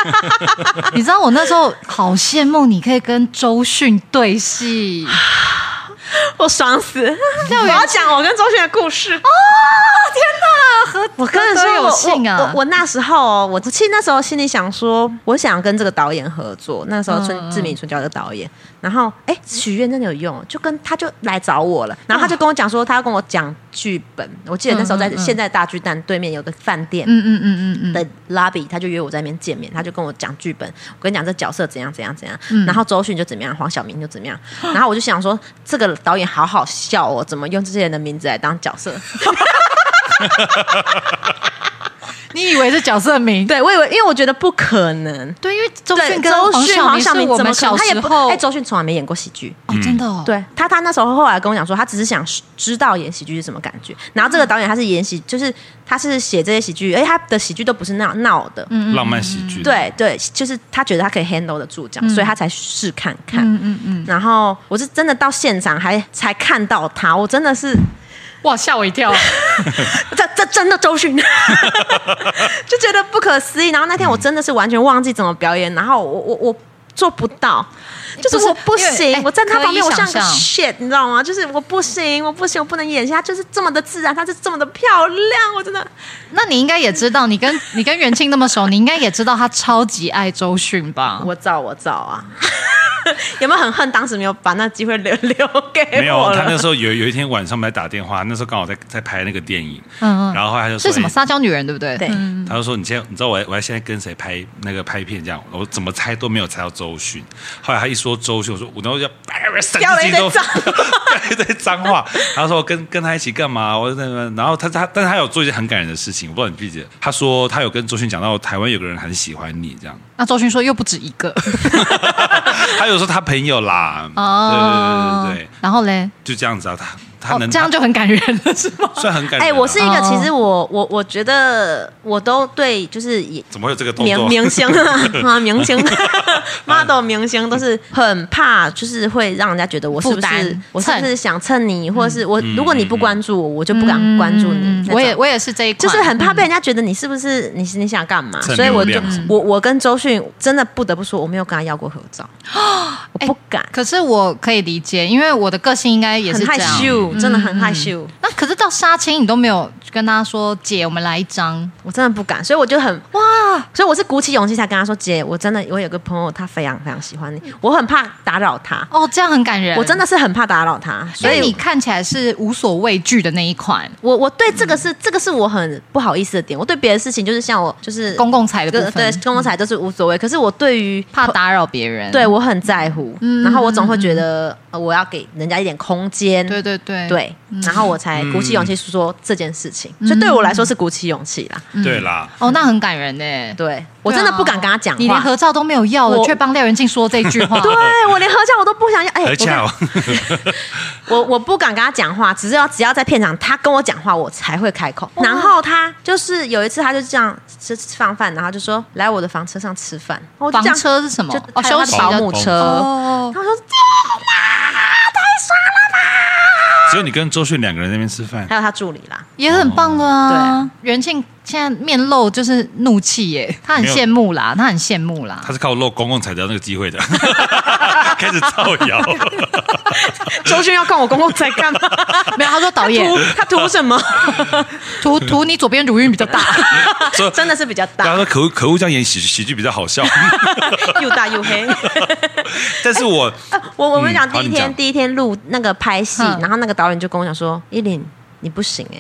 S3: 你知道我那时候好羡慕你可以跟周迅对戏，
S2: 我爽死！我要讲我跟周迅的故事。哦，天哪！我跟你
S3: 何德
S2: 说，
S3: 有幸啊
S2: 我我我那时候哦，我其实那时候心里想说，我想跟这个导演合作。那时候
S3: 嗯
S2: 春
S3: 嗯
S2: 志明春娇的导演，然后哎，许愿真的有用，就跟他就来找我了，然后他就跟我讲说，他要跟我讲剧本。我记得那时候在
S3: 嗯嗯嗯
S2: 现在大巨蛋对面有个饭店，
S3: 嗯嗯嗯嗯嗯，
S2: 的 lobby，他就约我在那边见面，他就跟我讲剧本，我跟你讲这角色怎样怎样怎样，然后周迅就怎么样，黄晓明就怎么样，然后我就想说这个导演好好笑哦，怎么用这些人的名字来当角色？
S3: 你以为是角色名？
S2: 对我以为，因为我觉得不可能。
S3: 对，因为周
S2: 对，
S3: 迅跟
S2: 周
S3: 黄
S2: 迅、
S3: 晓
S2: 黄
S3: 明
S2: 晓
S3: 是
S2: 明
S3: 我
S2: 怎么
S3: 们
S2: 可能
S3: 小
S2: 他也
S3: 时
S2: 不
S3: 候，
S2: 哎，周迅从来没演过喜剧。
S3: 哦，
S4: 嗯
S3: 真的、哦，
S2: 对他，他那时候后来跟我讲说，他只是想知道演喜剧是什么感觉。然后这个导演他是演喜，就是他是写这些喜剧，哎，他的喜剧都不是那样闹的，
S4: 浪漫喜剧，，
S2: 嗯对对，就是他觉得他可以 handle 得住这样，所以他才试看看。
S3: 嗯嗯嗯，
S2: 然后我是真的到现场还才看到他，我真的是
S3: 哇，吓我一跳，
S2: 这这真的周迅， 就觉得不可思议。然后那天我真的是完全忘记怎么表演，然后我我我做不到，就是
S3: 不是
S2: 我不
S3: 因为
S2: 行，
S3: 哎
S2: 我站他旁边
S3: 可以
S2: 我像个
S3: 想象
S2: shit，你知道吗？就是我不行，我不行，我不能演下，就是这么的自然，她就是这么的漂亮，我真的
S3: 那你应该也知道，你跟你跟元庆那么熟，你应该也知道他超级爱周迅吧？
S2: 我造我造啊。 有没有很恨当时没有把那机会留留给哎我了？
S4: 没有，他那时候有有一天晚上我们在打电话，那时候刚好在在拍那个电影，
S3: 嗯嗯
S4: 然后后来他就说
S3: 是什么
S4: 哎
S3: 撒娇女人，对不对？
S2: 对
S3: 嗯
S4: 他就说：“你现在你知道我我要现在跟谁拍那个拍片这样，我怎么猜都没有猜到周迅。后来他一说周迅，我说我然后就
S2: 飙
S4: 飙
S2: 了一堆脏
S4: 话，飙了一堆脏话。他说跟跟他一起干嘛？我说那然后他他但是他有做一件很感人的事情，我不知道你记不记得？他说他有跟周迅讲到台湾有个人很喜欢你这样，
S3: 那周迅说又不止一 个，
S4: 他有说他朋友啦，
S3: 哦，
S4: 对对对对对，
S3: 然后嘞，
S4: 就这样子啊，他他
S3: 哦
S4: 能、，
S3: 这样就很感人了，是吗？
S4: 算很感人、
S2: 哎、
S4: 啊。
S2: 我是一个，
S3: 哦
S2: 其实我我我觉得我都对，就是也
S4: 怎么会有这个动
S2: 明
S4: 作？
S2: 明星 啊，明星 model 明星都是很怕，就是会让人家觉得我是
S3: 负
S2: 不是
S3: 担
S2: 我是不
S3: 蹭
S2: 是想蹭你，或者是我、
S4: 嗯
S2: 如果你不关注我，我就不敢关注你。
S3: 嗯
S2: 那种
S3: 我也我也是这一嗯
S2: 就
S3: 款，
S2: 是很怕被人家觉得你是不是你是你想干嘛，
S4: 蹭
S2: 所以我
S4: 流
S2: 就
S4: 量
S3: 嗯
S2: 我我跟周迅真的不得不说，我没有跟他要过合照，
S3: 哦
S2: 我
S3: 哎
S2: 不敢，
S3: 可是我可以理解，因为我的个性应该也是
S2: 很害
S3: 这样。嗯
S2: 羞，真的很害羞。
S3: 那可是到杀青，你都没有跟他说姐，我们来一张
S2: 我真的不敢，所以我就很
S3: 哇！
S2: 所以我是鼓起勇气才跟他说：“姐，我真的我有个朋友，他非常非常喜欢
S3: 嗯
S2: 你，我很怕打扰他，
S3: 哦，这样很感人，
S2: 我真的是很怕打扰他，
S3: 所
S2: 所
S3: 以你
S2: 以
S3: 看起来是无所畏惧的那一款
S2: 我我对这个是这个是我很不好意思的点。我对别的事情就是像我就是
S3: 公共财的部
S2: 对对
S3: 分，
S2: 公共财就是无所谓，可是我对于
S3: 怕打扰嗯别人。
S2: 对我很在乎，然后我总会觉得呃我要给人家一点空间，
S3: 嗯对嗯对对，
S2: 对，然后我才
S3: 嗯
S2: 鼓起勇气说这件事情，所以对我来说是鼓起勇气啦。
S3: 嗯
S4: 对啦，
S3: 哦，那很感人呢、耶！
S2: 对我真的不敢跟他讲
S3: 你连
S2: 话。
S3: 合照都没有要了，
S2: 我
S3: 却帮廖元庆说这句话。
S2: 对啊我连合照我都不想要，哎、
S4: 而
S2: 我
S4: 且
S2: 跟我我不敢跟他讲话，只是要只要在片场他跟我讲话，我才会开口。然后他就是有一次，他就这样吃吃放饭，然后就说来我的房车上吃饭。我就
S3: 房
S2: 这样
S3: 车是什么
S2: 就？
S3: 哦，
S2: 他
S3: 休
S2: 有他
S3: 息
S2: 的
S3: 的
S2: 保姆车。
S3: 哦
S2: 然，后我说天
S4: 只有你跟周迅两个人在那边吃饭
S2: 还，有他助理啦，
S3: 也很棒了啊！元庆现在面露就是怒气耶，他很
S4: 没有
S3: 羡慕啦，他很羡慕啦
S4: 他。是靠露公共才得到那个机 会的，开始造谣。
S2: 周迅要看我公公在 干嘛？
S3: 没有，他说导演
S2: 他图什么？
S3: 图图你左边乳晕比较大，
S4: 说
S2: 真的是比较
S4: 大家
S2: 大，
S4: 说可恶可恶，这样演喜喜剧比较好 笑。
S2: 又大又黑。
S4: 但是我
S2: 我我们讲
S4: 嗯
S2: 第
S4: 好
S2: 一
S4: 你
S2: 天
S4: 讲
S2: 第一天录那个拍戏
S3: 嗯，
S2: 然后那个导演就跟我讲说：“依琳，你不行哎、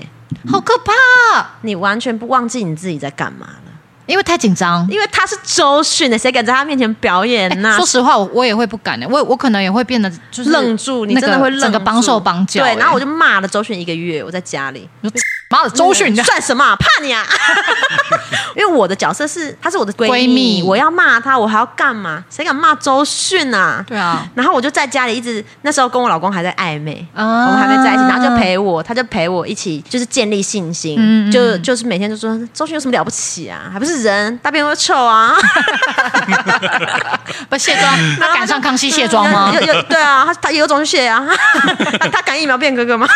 S3: 好可怕啊！
S2: 你完全不忘记你自己在干嘛了。”
S3: 因为太紧张。
S2: 因为他是周迅的，谁敢在他面前表演呐、
S3: 哎说实话，我我也会不敢的，我我可能也会变得就是
S2: 愣住，你
S3: 那
S2: 真
S3: 个
S2: 的会愣住，
S3: 整个绑手绑脚。哎
S2: 对，然后我
S3: 就
S2: 就骂了周迅一个月，我在家里。
S3: 妈的周迅，你这
S2: 算什么啊、怕你啊！ 因为我的角色是，她是我的闺
S3: 闺蜜
S2: 我要骂她，我还要干嘛？谁敢骂周迅啊？
S3: 对啊，
S2: 然后我就在家里一直，那时候跟我老公还在暧昧，
S3: 啊
S2: 我们还没在一起，然后就陪我，他就陪我一起，就是建立信心，
S3: 嗯嗯
S2: 就就是每天就说周迅有什么了不起啊，还不是人，大便会臭啊，
S3: 不卸妆，他赶上康熙卸妆吗
S2: 有？有对啊，他他有种就谢啊， 他敢疫苗变哥哥吗？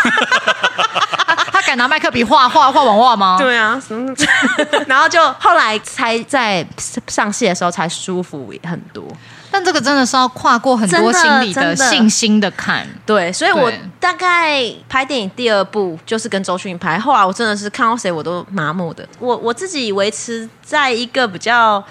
S3: 他敢拿麦克笔画画画网画吗？，
S2: 对啊，什么然后就后来才在上戏的时候才舒服很多，
S3: 但这个真的是要跨过很多
S2: 真的
S3: 心理的
S2: 真的
S3: 信心的坎。
S2: 对，所以我
S3: 对
S2: 大概拍电影第二部就是跟周迅拍，后来我真的是看到谁我都麻木的。我我自己维持在一个比较。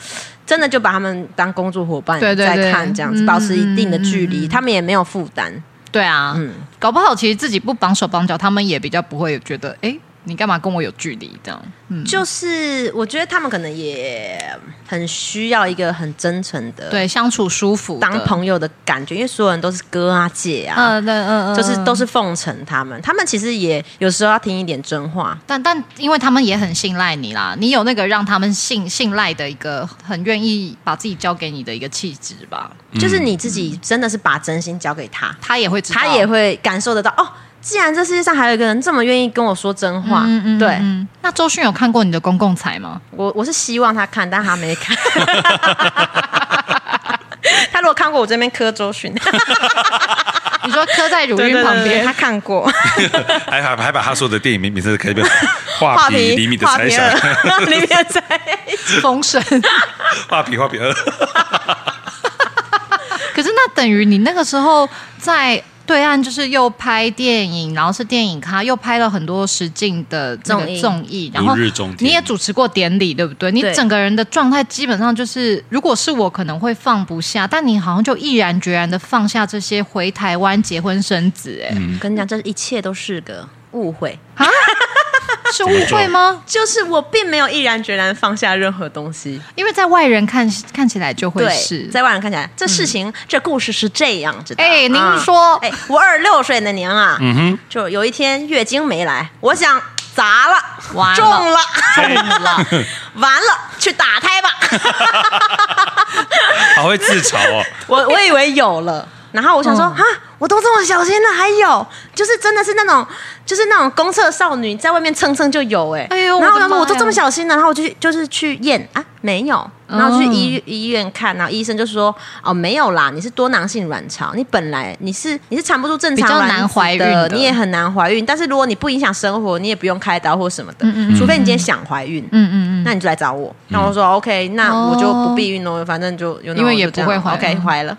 S2: 真的就把他们当工作伙伴
S3: 对对对
S2: 在看，这样子
S3: 嗯
S2: 保持一定的距离，他们也没有负担。
S3: 对啊，
S2: 嗯
S3: 搞不好其实自己不绑手绑脚，他们也比较不会觉得，哎，你干嘛跟我有距离这样？嗯，
S2: 就是我觉得他们可能也很需要一个很真诚的
S3: 对，相处舒服的，
S2: 当朋友的感觉，因为所有人都是哥啊姐啊，
S3: 嗯，嗯嗯嗯，
S2: 就是都是奉承他们，他们其实也有时候要听一点真话。
S3: 但但因为他们也很信赖你啦，你有那个让他们信信赖的一个很愿意把自己交给你的一个气质吧，
S2: 就是你自己真的是把真心交给他，
S3: 他也会知道，
S2: 他也会感受得到哦。既然这世界上还有一个人这么愿意跟我说真话，对
S3: 嗯。那周迅有看过你的公共财吗？
S2: 我我是希望他看，但他没 看。他如果看过我这边磕 周迅，
S3: 你说刻在乳
S2: 对
S3: 晕
S2: 对
S3: 旁
S2: 对对
S3: 边
S2: 他，看过
S4: 还还还把他说的电影名名字开 遍，画
S2: 画
S4: 皮
S2: 皮
S4: 厘米的
S2: 画
S4: 猜
S2: 皮
S4: 想，
S2: 二， 里面在
S3: 风神。
S4: 画皮画皮二，
S3: 可是那等于你那个时候在对岸，就是又拍电影，然后是电影咖，又拍了很多实境的那个
S2: 综艺
S3: 综艺，然后
S4: 如日中天
S3: 你也主持过典礼，对不对？你
S2: 对
S3: 整个人的状态基本上就是，如果是我可能会放不下，但你好像就毅然决然的放下这些，回台湾结婚生子，
S4: 嗯
S3: 哎、
S2: 我嗯跟你讲，这一切都是个误会。
S3: 是误会吗？
S2: 就是我并没有毅然决然放下任何东西，
S3: 因为在外人看看起来就会
S2: 对
S3: 是，。
S2: 在外人看起来，这事情、这故事是这样子的。
S3: 哎您
S2: 啊
S3: 说
S2: 嗯哎、我二十六岁那年啊，
S4: 嗯哼，
S2: 就有一天月经没来，我想砸了，
S3: 完了
S2: 中了，
S4: 中
S2: 了，完了，去打胎吧。
S4: 好会自嘲 哦。
S2: 我我以为有了，然后我想说
S3: 嗯
S2: 啊、我都这么小心了，还有，就是真的是那种，就是那种公厕少女在外面蹭蹭就有哎、
S3: 哎呦
S2: 然后我想说
S3: 我的妈呀
S2: 我都这么小心了，然后我就去就是去验啊，没有，
S3: 嗯
S2: 然后去医、医院看，然后医生就说哦没有啦，你是多囊性卵巢，你本来你是你是产不出正常
S3: 比较难
S2: 卵子
S3: 怀孕的
S2: 的，你也很难怀孕，但是如果你不影响生活，你也不用开刀或什么的，除非你今天想怀孕，
S3: 嗯嗯嗯，
S2: 那你就来找我。那我说、OK，那我就不避孕了，反正就有那
S3: 哦因为
S2: 我就
S3: 也不
S2: 这样
S3: 会怀哦
S2: OK，
S3: 嗯
S2: 怀了。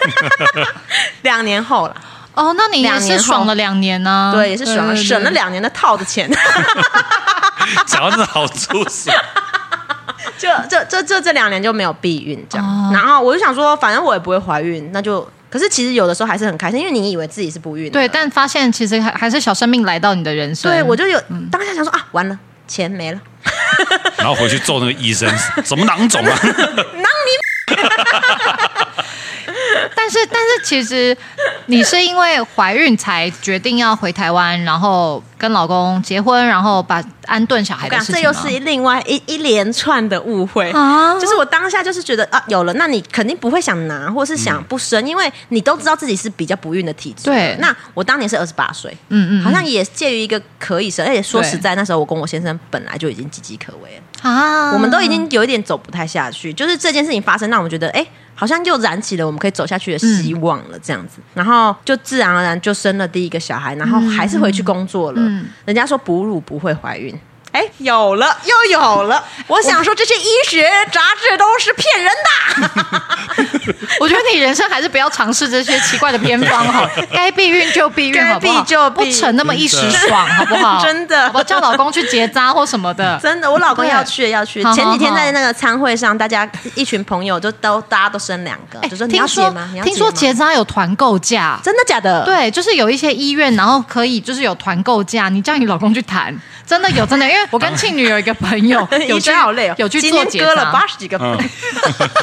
S2: 两年后了，
S3: 哦，那你也
S2: 两
S3: 是
S2: 年后
S3: 爽了两年呢、
S2: 对，也是省了省了两年的套的钱，
S4: 讲到真的好出息，
S2: 就这这这这两年就没有避孕这样。
S3: 哦
S2: 然后我就想说，反正我也不会怀孕，那就可是其实有的时候还是很开心，因为你以为自己是不孕的，
S3: 对，但发现其实还还是小生命来到你的人生。
S2: 对我就有
S3: 嗯
S2: 当下想说啊，完了，钱没了。
S4: 然后回去揍那个医生，什么囊 肿啊？
S3: 嗯但是，但是其实你是因为怀孕才决定要回台湾，然后跟老公结婚，然后把安顿小孩的
S2: 我跟你
S3: 事情
S2: 讲，
S3: 吗？
S2: 这又是另外一一连串的误会
S3: 啊
S2: 就是我当下就是觉得啊，有了，那你肯定不会想拿，或是想不生，因为你都知道自己是比较不孕的体质。
S3: 嗯对
S2: 那我当年是二十八岁，
S3: 嗯嗯嗯
S2: 好像也介于一个可以生，而且说实在，那时候我跟我先生本来就已经岌岌可危了。
S3: 啊
S2: 我们都已经有一点走不太下去，就是这件事情发生，让我们觉得，哎、好像又燃起了我们可以走下去的希望了，这样子，然后就自然而然就生了第一个小孩，然后还是回去工作了。
S3: 嗯
S2: 人家说哺乳不会怀孕。哎，有了，又有了！ 我想说，这些医学杂志都是骗人 的。
S3: 我觉得你人生还是不要尝试这些奇怪的偏 方哈，该避孕就避孕，
S2: 该
S3: 好不好？
S2: 避就避
S3: 不成那么一时
S4: 真的
S3: 爽，好不好？
S2: 真的
S3: 我叫老公去结扎或什么的。
S2: 真的，我老公要去要去
S3: 好。好
S2: 前几天在那个餐会上，大家一群朋友就都大家都生两个，
S3: 哎
S2: 就说你要
S3: 听
S2: 结
S3: 说
S2: 吗？你要
S3: 听说
S2: 结吗
S3: 结扎有团购价，
S2: 真的假的？
S3: 对，就是有一些医院，然后可以就是有团购价，你叫你老公去谈，真的有真的，因为我跟庆女有一个朋 友有
S2: 医
S3: 去
S2: 生好累哦，
S3: 有去
S2: 今
S3: 做
S2: 天
S3: 结
S2: 割了
S3: 扎
S2: 八，十几个
S4: 嗯，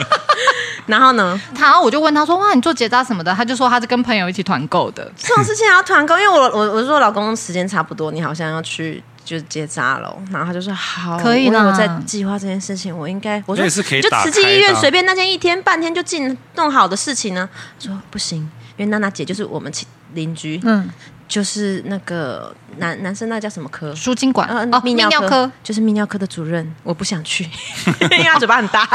S2: 然后呢？
S3: 然后我就问他说哇，你做结扎什么的？他就说他是跟朋友一起团购的，
S2: 这种事情还要团购，因为我我我说老公时间差不多，你好像要去就是结扎了，然后他就说好，
S3: 可以
S2: 我
S3: 啦
S2: 有在计划这件事情，我应该我说
S4: 那也是可以
S2: 就
S4: 打
S2: 慈济
S4: 开
S2: 医院
S4: 的啊
S2: 随便那间一天半天就进弄好的事情呢，他说不行，因为娜娜姐就是我们亲邻居，
S3: 嗯，
S2: 就是那个男男生那叫什么科？
S3: 输精管
S2: 呃，
S3: 哦，泌
S2: 尿
S3: 尿 科，
S2: 就是泌尿科的主任，我不 想去，因为他嘴巴很大。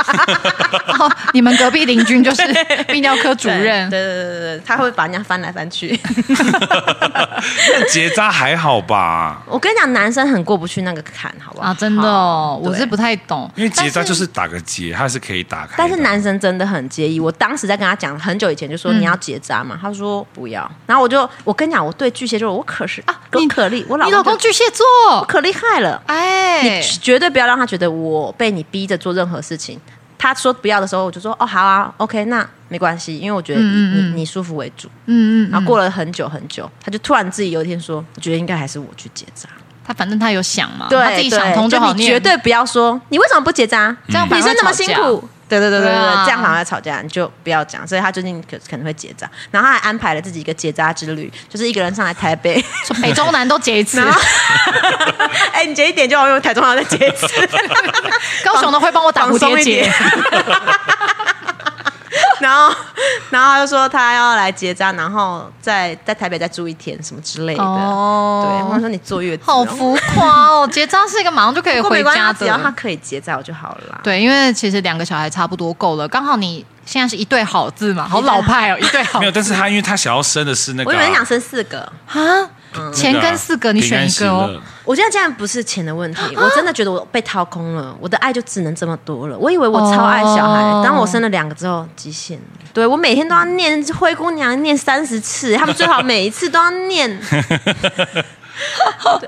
S3: 然后哦你们隔壁邻居就是泌尿科主任，
S2: 对对对对对，他会把人家翻来翻去。
S4: 那结扎还好吧？
S2: 我跟你讲，男生很过不去那个坎，好不好？
S3: 啊，真的哦，
S2: 对
S3: 我是不太懂，
S4: 因为结扎
S3: 但
S4: 就是打个结，它是可以打开的。
S2: 但是男生真的很介意。我当时在跟他讲，很久以前就说
S3: 嗯
S2: 你要结扎嘛，他说不要。然后我就我跟你讲，我对巨蟹座我可是啊，我可厉，我老
S3: 你老公
S2: 就
S3: 巨蟹座，
S2: 我可厉害了，
S3: 哎
S2: 你，绝对不要让他觉得我被你逼着做任何事情。他说不要的时候，我就说哦好啊，OK，那没关系，因为我觉得你、
S3: 嗯嗯嗯
S2: 你你舒服为主。
S3: 嗯嗯
S2: 然后过了很久很久，他就突然自己有一天说，我觉得应该还是我去结扎。
S3: 他反正他有想嘛，
S2: 对，
S3: 他自己想通
S2: 对
S3: 好，
S2: 你绝对不要说你为什么不结扎，
S3: 这样反
S2: 女
S3: 而
S2: 生
S3: 会
S2: 那么
S3: 吵
S2: 辛
S3: 架
S2: 苦。对对对对
S3: 对
S2: 对，
S3: 啊
S2: 这样反而吵架，你就不要讲。所以他最近可可能会结扎，然后他还安排了自己一个结扎之旅，就是一个人上来台北，
S3: 说北中南都结一次，
S2: 哎、你结一点就好，因为台中还要再结一次，
S3: 高雄的会帮我打
S2: 放
S3: 蝴
S2: 松
S3: 蝶
S2: 一点
S3: 结。。
S2: 然后，然后他就说他要来结扎，然后在在台北再住一天什么之类的。对，我
S3: 哦
S2: 说，你坐月子
S3: 好
S2: 哦、
S3: 浮夸哦！结扎 是一个马上就可以
S2: 不过
S3: 回
S2: 没关系，
S3: 家
S2: 他只要他
S3: 的，
S2: 可以结扎我就好了啦。
S3: 对，因为其实两个小孩差不多够了，刚好你现在是一对好字嘛，好老派哦，一对好
S4: 没有，但是他因为他想要生的是那个
S2: 我
S4: 啊、
S2: 有人想生四个。
S3: 啊，钱
S4: 那个啊
S3: 跟四个你选一个
S4: 平安喜
S3: 哦
S4: 乐，
S2: 我现在竟然不是钱的问
S3: 啊
S2: 题，我真的觉得我被掏空了，我的爱就只能这么多了。我以为我超爱小孩，
S3: 哦
S2: 当我生了两个之后，极限了。对我每天都要念灰姑娘念三十次，他们最好每一次都要 念。对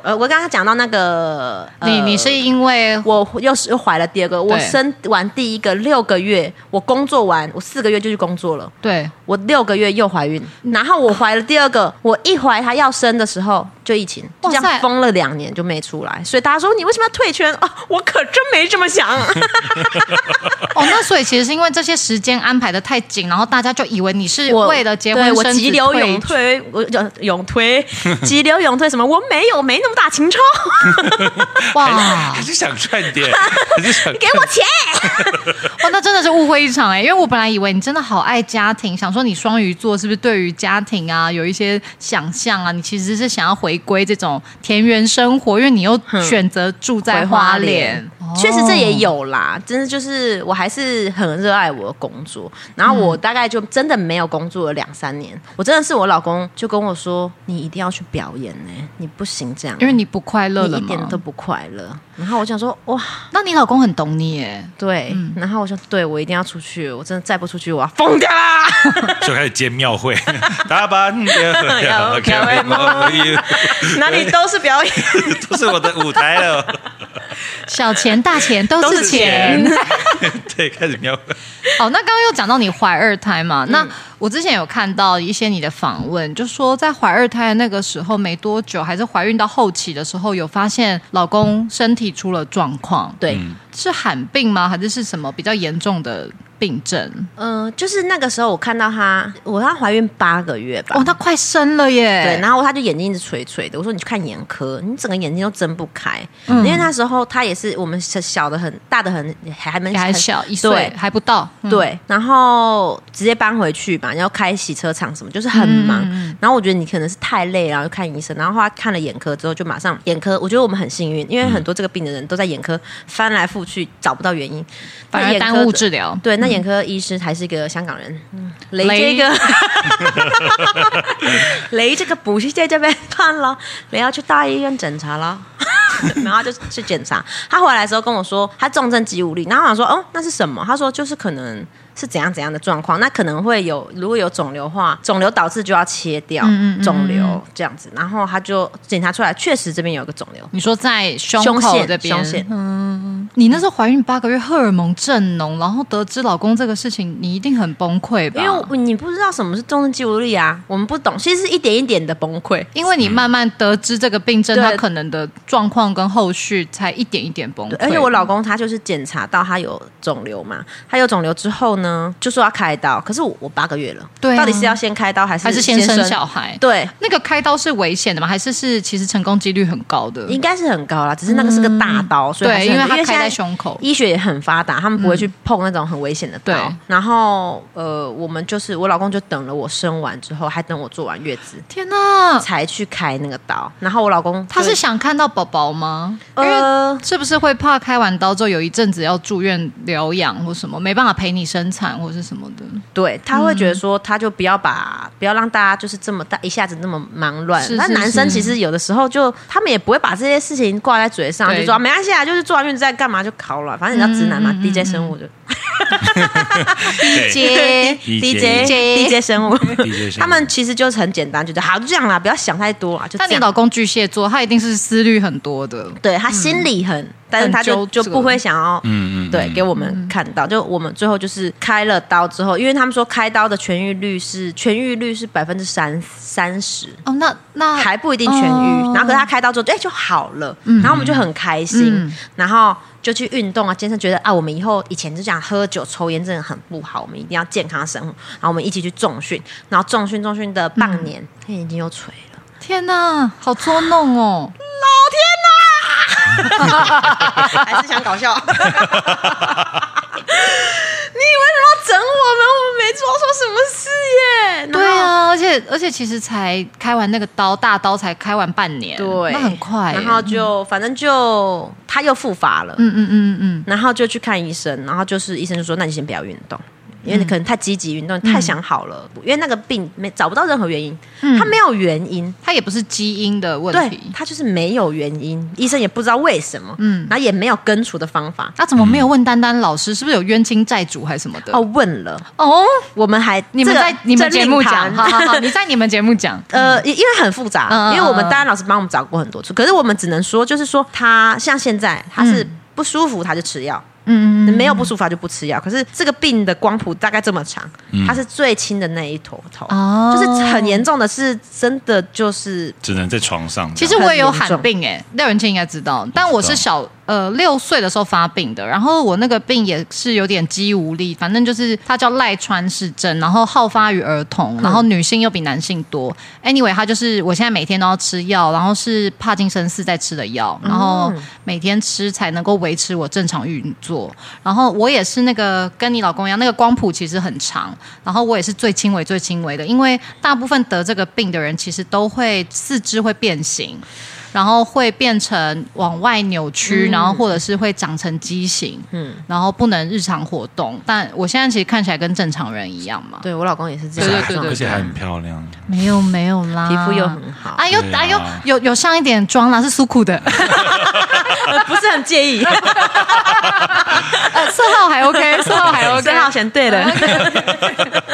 S2: 呃，我刚刚讲到那个，
S3: 哦
S2: 呃
S3: 你你是因为
S2: 我又是又怀了第二个，我
S3: 对
S2: 生完第一个六个月，我工作完，我四个月就去工作了。
S3: 对
S2: 我六个月又怀孕，
S3: 嗯
S2: 然后我怀了第二个，我一怀她要生的时候就疫情，就
S3: 哇
S2: 这
S3: 塞
S2: 样封了两年就没出来，所以大家说你为什么要退圈啊？我可真没这么想，
S3: 哦，那所以其实是因为这些时间安排的太紧，然后大家就以为你是
S2: 我
S3: 为了结婚
S2: 对我
S3: 生子
S2: 急流
S3: 退
S2: 勇退，我就勇推， 急流勇退什么？我没有，没那么大情操，
S3: 哇
S4: 还！是想赚点，还是想
S2: 给我钱。
S3: 哦，那真的是误会一场哎、因为我本来以为你真的好爱家庭，想说你双鱼座是不是对于家庭啊有一些想象啊？你其实是想要回归这种田园生活，因为你又选择住在花莲，哦
S2: 确实这也有啦，真的就是我还是很热爱我的工作，然后我大概就真的没有工作了两三年，我真的是我老公就跟我说，你一定要去表演呢、你不行这样，
S3: 因为你不快乐
S2: 你
S3: 了
S2: 一点
S3: 嘛嗯
S2: 都。不快乐。然后我想说，哇，
S3: 那你老公很懂你欸耶、
S2: 对，然后我想，对我一定要出去，我真的再不出去我要疯 掉啦！
S4: 就开始接庙会，打扮的
S2: OK，哪里都是 表演，
S4: 都是我的舞台了。
S3: 小钱大钱都
S2: 都
S3: 是
S2: 是
S3: 钱。
S4: 对，开始庙会，
S3: 哦，那刚刚又讲到你怀二胎嘛，
S2: 嗯
S3: 那我之前有看到一些你的访问，就说在怀二胎的那个时候没多久，还是怀孕到后期的时候，有发现老公身体出了状况，
S2: 对。
S3: 是罕病吗？还是是什么比较严重的病症？
S2: 嗯、就是那个时候我看到她，我她怀孕八个月吧，
S3: 哦，她快生了耶！
S2: 对，然后她就眼睛一直垂垂的。我说你去看眼科，你整个眼睛都睁不开，
S3: 嗯
S2: 因为那时候她也是我们小小的很大的很还还蛮
S3: 也还小一岁，还不到。嗯
S2: 对对，然后直接搬回去嘛，然后开洗车场什么，就是很
S3: 嗯
S2: 忙。然后我觉得你可能是太累，然后就看医生，然后后来看了眼科之后，就马上眼科。我觉得我们很幸运，因为很多这个病的人都在眼科翻来覆去找不到原因，
S3: 反
S2: 那
S3: 而
S2: 眼科
S3: 耽误
S2: 的
S3: 治疗。
S2: 对，那眼科医师还是一个香港人，嗯雷
S3: 嗯雷
S2: 这个，雷这个不是在这边看了，雷要去大医院检查了。 然后就去检查，他回来的时候跟我说他重症肌无力，然后我想说哦那是什么？他说就是可能是怎样怎样的状况，那可能会有如果有肿瘤的话，肿瘤导致就要切掉
S3: 嗯
S2: 肿瘤这样子，然后他就检查出来确实这边有一个肿瘤，
S3: 你说在胸
S2: 胸
S3: 口
S2: 腺
S3: 这边，嗯
S2: 胸腺，
S3: 你那时候怀孕八个月，荷尔蒙正浓，然后得知老公这个事情，你一定很崩溃吧？
S2: 因为我你不知道什么是重症肌无力啊，我们不懂，其实是一点一点的崩溃。
S3: 因为你慢慢得知这个病症，
S2: 对
S3: 它可能的状况跟后续，才一点一点崩溃
S2: 对。而且我老公他就是检查到他有肿瘤嘛，他有肿瘤之后呢，就说要开刀，可是我我八个月了，
S3: 对啊
S2: 到底是要先开刀还是
S3: 还是先
S2: 先
S3: 生小孩，
S2: 对，
S3: 那个开刀是危险的吗？还是是其实成功几率很高的？
S2: 应该是很高啦，只是那个是个大刀，所以还
S3: 嗯对，
S2: 是
S3: 因
S2: 很
S3: 为它
S2: 因
S3: 开
S2: 为现
S3: 在
S2: 在
S3: 胸口。嗯
S2: 医学也很发达，他们不会去碰那种很危险的刀。
S3: 对
S2: 然后呃，我们就是我老公就等了我生完之后，还等我做完月子
S3: 天哪，
S2: 才去开那个刀。然后我老公
S3: 他
S2: 就是
S3: 想看到宝宝吗？
S2: 呃，
S3: 是不是会怕开完刀之后有一阵子要住院疗养或什么，没办法陪你生产或是什么的？
S2: 对，他会
S3: 嗯
S2: 觉得说，他就不要把不要让大家就是这么大一下子那么忙乱
S3: 是。
S2: 那
S3: 是
S2: 男生
S3: 是
S2: 其实有的时候就他们也不会把这些事情挂在嘴上，
S3: 对
S2: 就说没关系啊，就是做完月子再干嘛就考了，反正你知道直男
S3: 嗯
S2: 嘛，DJ 生物就
S4: 对
S2: 哎 DJ DJ 生物，
S4: DJ 生物
S2: 他们其实就是很简单，觉得好就这样啦，不要想太多啊，就
S3: 但
S2: 这
S3: 你
S2: 样。
S3: 老公巨蟹座，他一定是思虑很多的。
S2: 对他心里很，但是
S3: 很
S2: 他就
S3: 纠
S2: 就
S3: 结
S2: 不会想要
S4: 嗯嗯，
S2: 对，给我们看到，就我们最后就是开了刀之后，因为他们说开刀的痊愈率是痊愈率是百分之三三十，
S3: 哦，那那
S2: 还不一定痊愈。
S3: 哦
S2: 然后可是他开刀之后，哎、就好了，然后我们就很开心，
S3: 嗯
S2: 然后就去运动啊，健身，觉得啊，我们以后以前就讲喝酒抽烟真的很不好，我们一定要健康生活。然后我们一起去重训，然后重训重训的半年，他眼睛又垂了，
S3: 天哪，好捉弄哦！
S2: 还是想搞 笑。你以为什么要整我们？我们没做错什么事耶。
S3: 对啊，而且而且其实才开完那个刀，大刀才开完半年，
S2: 对，
S3: 那很快耶。
S2: 然后就反正就他又复发了，
S3: 嗯嗯嗯嗯
S2: 然后就去看医生，然后就是医生就说，那你先不要运动。
S3: 嗯
S2: 因为你可能太积极运动，太想好了，因为那个病没找不到任何原因，
S3: 嗯，
S2: 他没有原因，
S3: 他也不是基因的问
S2: 对
S3: 题，
S2: 他就是没有原因，医生也不知道为什么，
S3: 嗯
S2: 嗯，然后也没有根除的方法。
S3: 那怎么没有问丹丹老师是不是有冤亲债主还是什么的？
S2: 哦，问了，
S3: 哦，
S2: 我们还
S3: 你们
S2: 这个
S3: 在你们节目讲，
S2: 真
S3: 好
S2: 令
S3: 好
S2: 堂
S3: 好，你在你们节目 讲。
S2: 呃，因因为很复杂，
S3: 嗯嗯
S2: 因为我们
S3: 嗯
S2: 当然老师帮我们找过很多次，可是我们只能说，就是说他像现在他是
S3: 嗯
S2: 不舒服他就吃药，
S3: 嗯嗯嗯，
S2: 没有不舒服他就不吃药。可是这个病的光谱大概这么长，
S3: 嗯
S2: 它是最轻的那一头头，
S3: 哦
S2: 就是很严重的是真的就是
S4: 只能在床上。
S3: 其实我也有罕病哎、廖仁庆应该知道，但我是小呃六岁的时候发病的，然后我那个病也是有点肌无力，反正就是它叫赖川氏症，然后好发于儿童，然后女性又比男性多。anyway，它就是我现在每天都要吃药，然后是帕金森氏在吃的药，然后每天吃才能够维持我正常运作。然后我也是那个跟你老公一样，那个光谱其实很长，然后我也是最轻微最轻微的，因为大部分得这个病的人其实都会四肢会变形。然后会变成往外扭曲，然后或者是会长成畸形，嗯，然后不能日常活动。但我现在其实看起来跟正常人一样嘛，
S2: 对我老公也是这
S3: 对
S2: 样
S3: 对对
S2: 的状态，
S4: 而且还很漂亮，
S3: 没有没有啦，
S2: 皮肤又很好，
S3: 哎呦
S4: 对啊
S3: 哎呦，有有上一点妆啦，是苏苦的，
S2: 不是很介意，
S3: 呃色号还 OK，色号 还 OK，
S2: 正好选对了。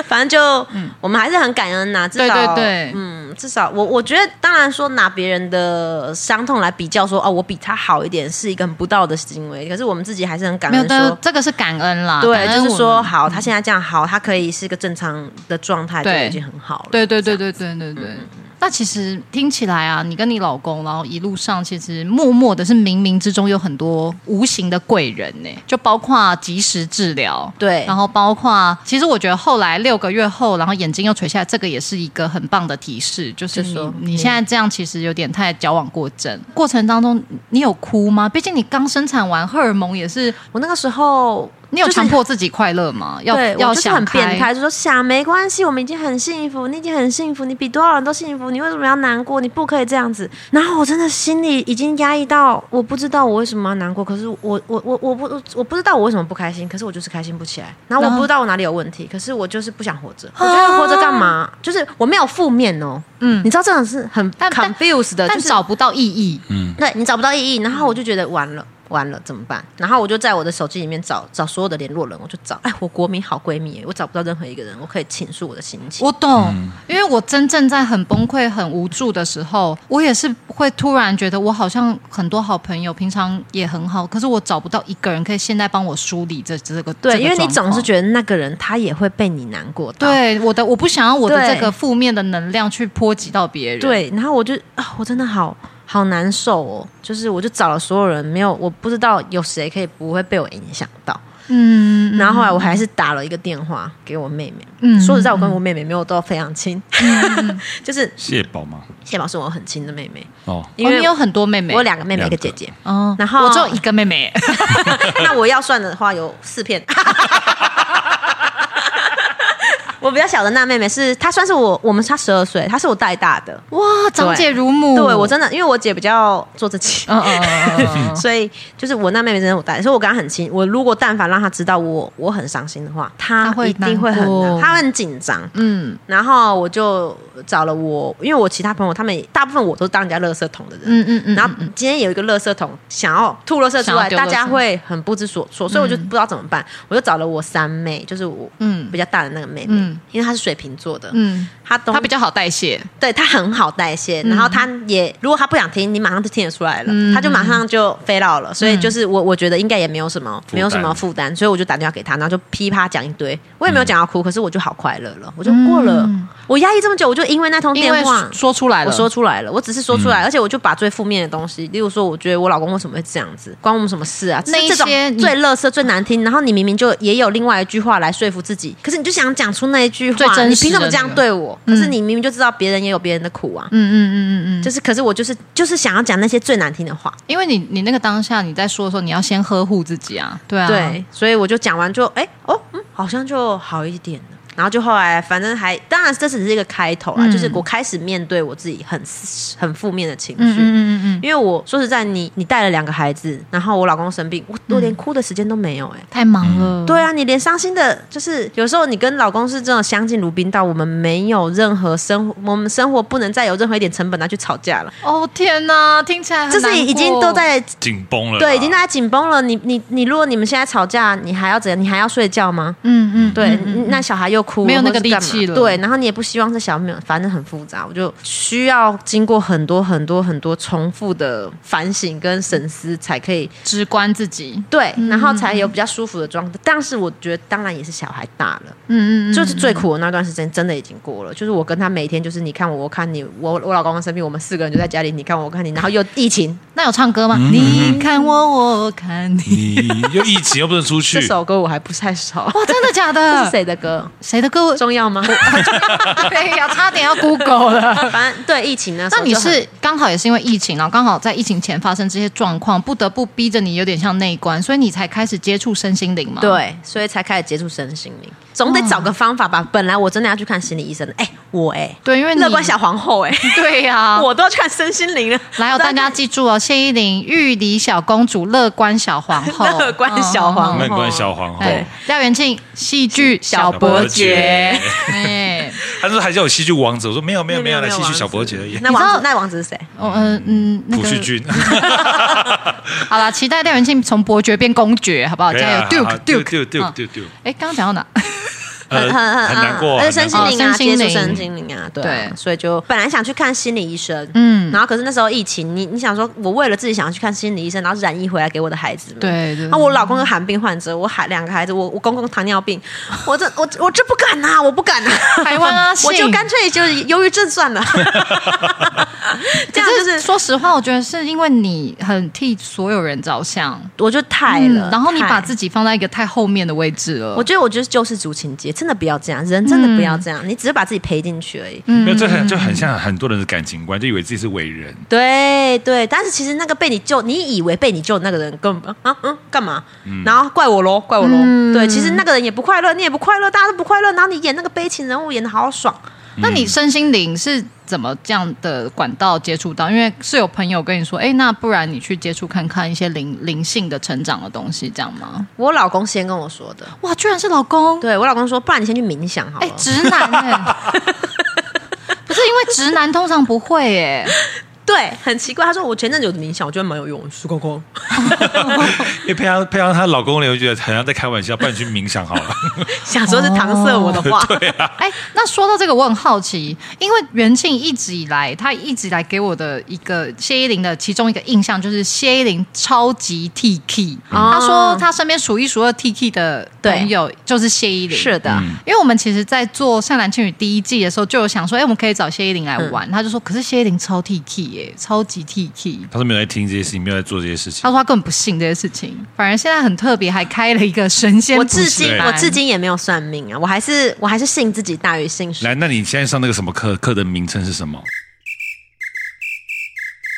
S2: 反正就我们还是很感恩呐，至
S3: 对
S2: 少
S3: 对对
S2: 嗯，至少我我觉得，当然说拿别人的伤痛来比较说，哦，我比他好一点，是一个很不道德的行为。可是我们自己还是很感
S3: 没有
S2: 恩
S3: 的
S2: 说，。
S3: 这个是感恩啦，
S2: 对，
S3: 感恩
S2: 就是
S3: 我
S2: 说，
S3: 们，
S2: 好，他现在这样好，他可以是一个正常的状态，就
S3: 对
S2: 已经很好了。嗯
S3: 对对对对对对对，那其实听起来啊，你跟你老公，然后一路上其实默默的是冥冥之中有很多无形的贵人呢、就包括及时治疗，
S2: 对
S3: 然后包括其实我觉得后来六个月后，然后眼睛又垂下来，这个也是一个很棒的提示，就是
S2: 就
S3: 你
S2: 说
S3: 你现在这样其实有点太矫枉过正。过程当中你有哭吗？毕竟你刚生产完，荷尔蒙也是，
S2: 我那个时候
S3: 你有
S2: 就是
S3: 强迫自己快乐吗？要
S2: 对，
S3: 要
S2: 我就是
S3: 想
S2: 很变
S3: 开
S2: 态，就说想没关系，我们已经很幸福，你已经很幸福，你比多少人都幸福，你为什么要难过？你不可以这样子。然后我真的心里已经压抑到，我不知道我为什么要难过，可是我我我我不我不知道我为什么不开心，可是我就是开心不起来。然后我
S3: 然后
S2: 不知道我哪里有问题，可是我就是不想活着。我觉得活着干嘛？就是我没有负面
S3: 啊
S2: 哦，
S3: 嗯
S2: 你知道这种是很
S3: 但但
S2: confused 的，
S3: 但
S2: 就是
S3: 找不到意义。
S2: 对你找不到意义，然后我就觉得完了。完了怎么办？然后我就在我的手机里面找找所有的联络人，我就找，哎，我国民好闺蜜耶，我找不到任何一个人，我可以倾诉我的心情。
S3: 我懂，因为我真正在很崩溃、很无助的时候，我也是会突然觉得，我好像很多好朋友，平常也很好，可是我找不到一个人可以现在帮我梳理这这个。
S2: 对，
S3: 这个
S2: 因为你
S3: 状
S2: 总
S3: 况
S2: 是觉得那个人他也会被你难过到。
S3: 对我的，我不想要我的
S2: 对
S3: 这个负面的能量去波及到别人。，
S2: 对，然后我就啊，我真的好好难受哦，就是我就找了所有人，没有，我不知道有谁可以不会被我影响到。
S3: 嗯，
S2: 然后后来我还是打了一个电话给我妹妹。
S3: 嗯
S2: 说实在，我跟我妹妹没有到非常亲， 就是
S4: 蟹宝吗？
S2: 谢宝是我很亲的妹妹，
S4: 哦，
S2: 因
S3: 哦、
S2: 为
S3: 你有很多妹妹，
S2: 我有两个妹妹，一
S4: 两
S2: 个
S4: 个
S2: 姐姐。
S3: 哦，
S2: 然后
S3: 我只有一个妹 妹，
S2: 那我要算的话有四片。 我比较小的那妹妹是她，算是我我们差十二岁，她是我带大的。
S3: 哇，长姐如母，
S2: 对我真的，因为我姐比较做自己，
S3: 嗯，嗯嗯嗯 嗯嗯
S2: 所以就是我那妹妹真的我带，所以我跟她很亲。我如果但凡让她知道我我很伤心的话，她
S3: 她会
S2: 一定会很
S3: 难过
S2: 难，她会很紧张。
S3: 嗯
S2: 然后我就找了我，因为我其他朋友他们也大部分我都是当人家垃圾桶的人，
S3: 嗯嗯嗯，
S2: 然后今天有一个垃圾桶想要吐垃圾出
S3: 想
S2: 来，
S3: 要丢
S2: 大家
S3: 垃圾
S2: 会很不知所措，所以我就不知道怎么办，我就找了我三妹，就是我
S3: 嗯
S2: 比较大的那个妹妹，
S3: 嗯
S2: 因为她是水瓶座的，
S3: 嗯，
S2: 她懂，
S3: 她比较嗯好代谢，
S2: 对她很好代谢，然后她也如果她不想听，你马上就听得出来了，
S3: 嗯
S2: 她就马上就飞到了，所以就是我我觉得应该也没有什么
S4: 负担
S2: 没有什么负担，所以我就打电话给她，然后就噼啪讲一堆，我
S3: 嗯
S2: 也没有讲到哭，可是我就好快乐了，我就过了，我压抑这么久，我就因为那通
S3: 因
S2: 电
S3: 为
S2: 话
S3: 说出来了，嗯
S2: 我说出来了，我只是说出来，而且我就把最负面的东西，例如说，我觉得我老公为什么会这样子，关我们什么事啊？
S3: 那一
S2: 这种
S3: 些你
S2: 最乐色、最难听，然后你明明就也有另外一句话来说服自己，可是你就想讲出那一句
S3: 最
S2: 话，
S3: 真
S2: 你
S3: 实的
S2: 凭什么这样
S3: 那个
S2: 对我？可是你明明就知道别人也有别人的苦啊，
S3: 嗯嗯嗯嗯嗯。
S2: 就是，可是我就是就是想要讲那些最难听的话，
S3: 因为你你那个当下你在说的时候，你要先呵护自己啊，对啊，
S2: 对，所以我就讲完就哎、哦，嗯，好像就好一点了。然后就后来，反正还当然这只是一个开头啦，
S3: 嗯
S2: 就是我开始面对我自己很私很负面的情绪，
S3: 嗯，嗯嗯嗯嗯，
S2: 因为我说实在，你你带了两个孩子，然后我老公生病，我我
S3: 嗯
S2: 连哭的时间都没有哎、欸
S3: 太忙了，
S2: 对啊，你连伤心的，就是有时候你跟老公是这种相敬如宾到我们没有任何生活，我们生活不能再有任何一点成本拿去吵架了，
S3: 哦天哪，听起来很
S2: 就
S3: 啊难过
S2: 是已经都在
S4: 紧绷了啦，
S2: 对，已经大家紧绷了。你你你，如果你们现在吵架，你还要怎样？你还要睡觉吗？
S3: 嗯嗯
S2: 对，
S3: 嗯嗯
S2: 那小孩又哭了，
S3: 没有那个
S2: 或是干嘛
S3: 力气了
S2: 对，然后你也不希望这小朋友，反正很复杂，我就需要经过很多很多很多重复的反省跟深思，才可以
S3: 直观自己，
S2: 对，然后才有比较舒服的状态。但是我觉得，当然也是小孩大了，
S3: 嗯嗯嗯，
S2: 就是最苦的那段时间真的已经过了。就是我跟他每天就是你看我，我看你，我我老公生病，我们四个人就在家里，你看我，我看你，然后又疫情，
S3: 那有唱歌吗？你看我，我看你，
S4: 你又疫情又不能出去
S2: 这，首歌我还不太熟，
S3: 哇，哦真的假
S2: 这
S3: 的？
S2: 是谁的歌？
S3: 谁的歌？
S2: 重要吗？
S3: 哎呀，差点要 Google 了。
S2: 反正对疫情那时
S3: 那
S2: 候
S3: 你
S2: 就很
S3: 是刚好也是因为疫情，然后刚好在疫情前发生这些状况，不得不逼着你有点像内观，所以你才开始接触身心灵嘛？，
S2: 对，所以才开始接触身心灵，总得找个方法吧。本来我真的要去看心理医生的，哎、我哎、
S3: 对，因为你
S2: 乐观小皇后哎、
S3: 对呀、
S2: 我都要去看身心 灵了。
S3: 来哦，大家记住哦，谢依霖，玉里小公主，乐观小皇后，
S2: 乐观小皇后
S4: 闷关小哦皇后，
S3: 哦对，廖元庆，戏剧小伯爵，哎，
S4: 他说还是有戏剧王子，我说没有没有没有，
S2: 没
S4: 来
S2: 有
S4: 戏剧
S2: 王
S4: 小
S2: 子
S4: 伯爵而已。
S2: 那
S3: 你知
S2: 王
S3: 道
S2: 子那王子是谁？
S3: 哦嗯嗯，那
S4: 朴叙
S3: 个
S4: 俊，
S3: 好啦，期待廖元庆从伯爵变公爵，好不好？
S4: 可以
S3: 加油
S4: 啊好好
S3: ，Duke Duke
S4: Duke Duke
S3: 嗯
S4: Duke Duke，
S3: 哎，刚刚讲到哪？
S4: 呃
S2: 很很
S4: 很难过
S2: 而且
S4: 很难
S2: 身心
S4: 过
S2: 灵啊，
S3: 哦身心
S2: 接
S3: 灵
S2: 触身心灵啊，对啊
S3: 对
S2: 所以就本来想去看心理医生，
S3: 嗯
S2: 嗯，然后可是那时候疫情，你你想说，我为了自己想要去看心理医生，然后染疫回来给我的孩子们，
S3: 对对
S2: 啊，我老公是罕病患者，我孩两个孩子，我我公公糖尿病，我这我我这不敢呐、我不敢呐、
S3: 台湾啊
S2: 我就
S3: 信
S2: 干脆就是忧郁症算了，这样啊
S3: 可
S2: 就是是
S3: 说实话，我觉得是因为你很替所有人着想，
S2: 我就太了，
S3: 嗯然后你
S2: 太
S3: 把自己放在一个太后面的位置了。
S2: 我觉得我觉得救世主情节，真的不要这样，人真的不要这样，你只是把自己赔进去而已。
S4: 没有，这很就
S2: 嗯
S4: 很像很多人的感情观，就以为自己是伟人，
S2: 对对，但是其实那个被你救，你以为被你救的那个人根本啊嗯干嘛？然后怪我喽，怪我喽。对，其实那个人也不快乐，你也不快乐，大家都不快乐，然后你演那个悲情人物演的好爽。
S3: 那你身心灵是怎么这样的管道接触到？因为是有朋友跟你说，哎，那不然你去接触看看一些灵灵性的成长的东西，这样吗？
S2: 我老公先跟我说的，
S3: 哇，居然是老公！
S2: 对我老公说，不然你先去冥想好
S3: 哎，
S2: 了。
S3: 直男哎、不是因为直男通常不会哎、
S2: 对，很奇怪，他说我前阵子有冥想，我觉得蛮有用，是空空。
S4: 因为配上配上她老公脸，我觉得好像在开玩笑，不然你去冥想好 了。
S2: 想说是搪塞我的话，
S3: 哎，那说到这个，我很好奇，因为元庆一直以来，他一直以来给我的一个谢依霖的其中一个印象就是谢依霖超级 T K、他
S2: 哦
S3: 说他身边数一数二 T K 的朋友就是谢依霖。
S2: 是的，
S3: 因为我们其实，在做《善男信女》第一季的时候，就有想说，哎、我们可以找谢依霖来玩。
S2: 嗯
S3: 他就说，可是谢依霖超 T K 耶，超级 T K。
S4: 他说没有在听这些事情，没有在做这些事情
S3: 他。说他根本不信这些事情，反而现在很特别，还开了一个神仙
S2: 我
S3: 补习
S2: 至今
S3: 班
S2: 我至今也没有算命啊，我还是我还是信自己大于信神，
S4: 来，那你现在上那个什么课？课的名称是 什么？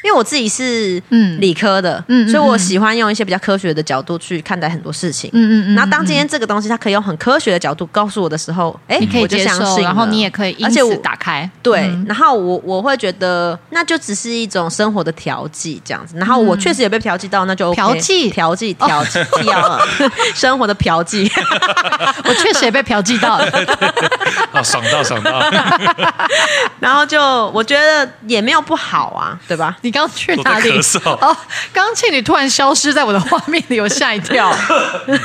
S2: 因为我自己是
S3: 嗯
S2: 理科的，
S3: 嗯嗯
S2: 所以我喜欢用一些比较科学的角度去看待很多事情，
S3: 嗯嗯嗯
S2: 然后当今天这个东西它可以用很科学的角度告诉我的时候，哎，
S3: 你可以
S2: 我就
S3: 接
S2: 相
S3: 受，
S2: 信
S3: 然后
S2: 了
S3: 你也可以因
S2: 而且我
S3: 此嗯打开。
S2: 对，然后我我会觉得那就只是一种生活的调剂这样子，然后我确实也被调剂到，那就 OK,
S3: 嗯调剂哦
S2: 调剂调 剂 T L 生活的调剂，
S3: 我确实也被嫖妓到了，
S4: 啊，爽到爽到，
S2: 然后就我觉得也没有不好啊，对吧？
S3: 你刚去
S4: 我在
S3: 哪里？
S4: 咳嗽。
S3: 哦，刚刚倩女突然消失在我的画面里，我吓一跳。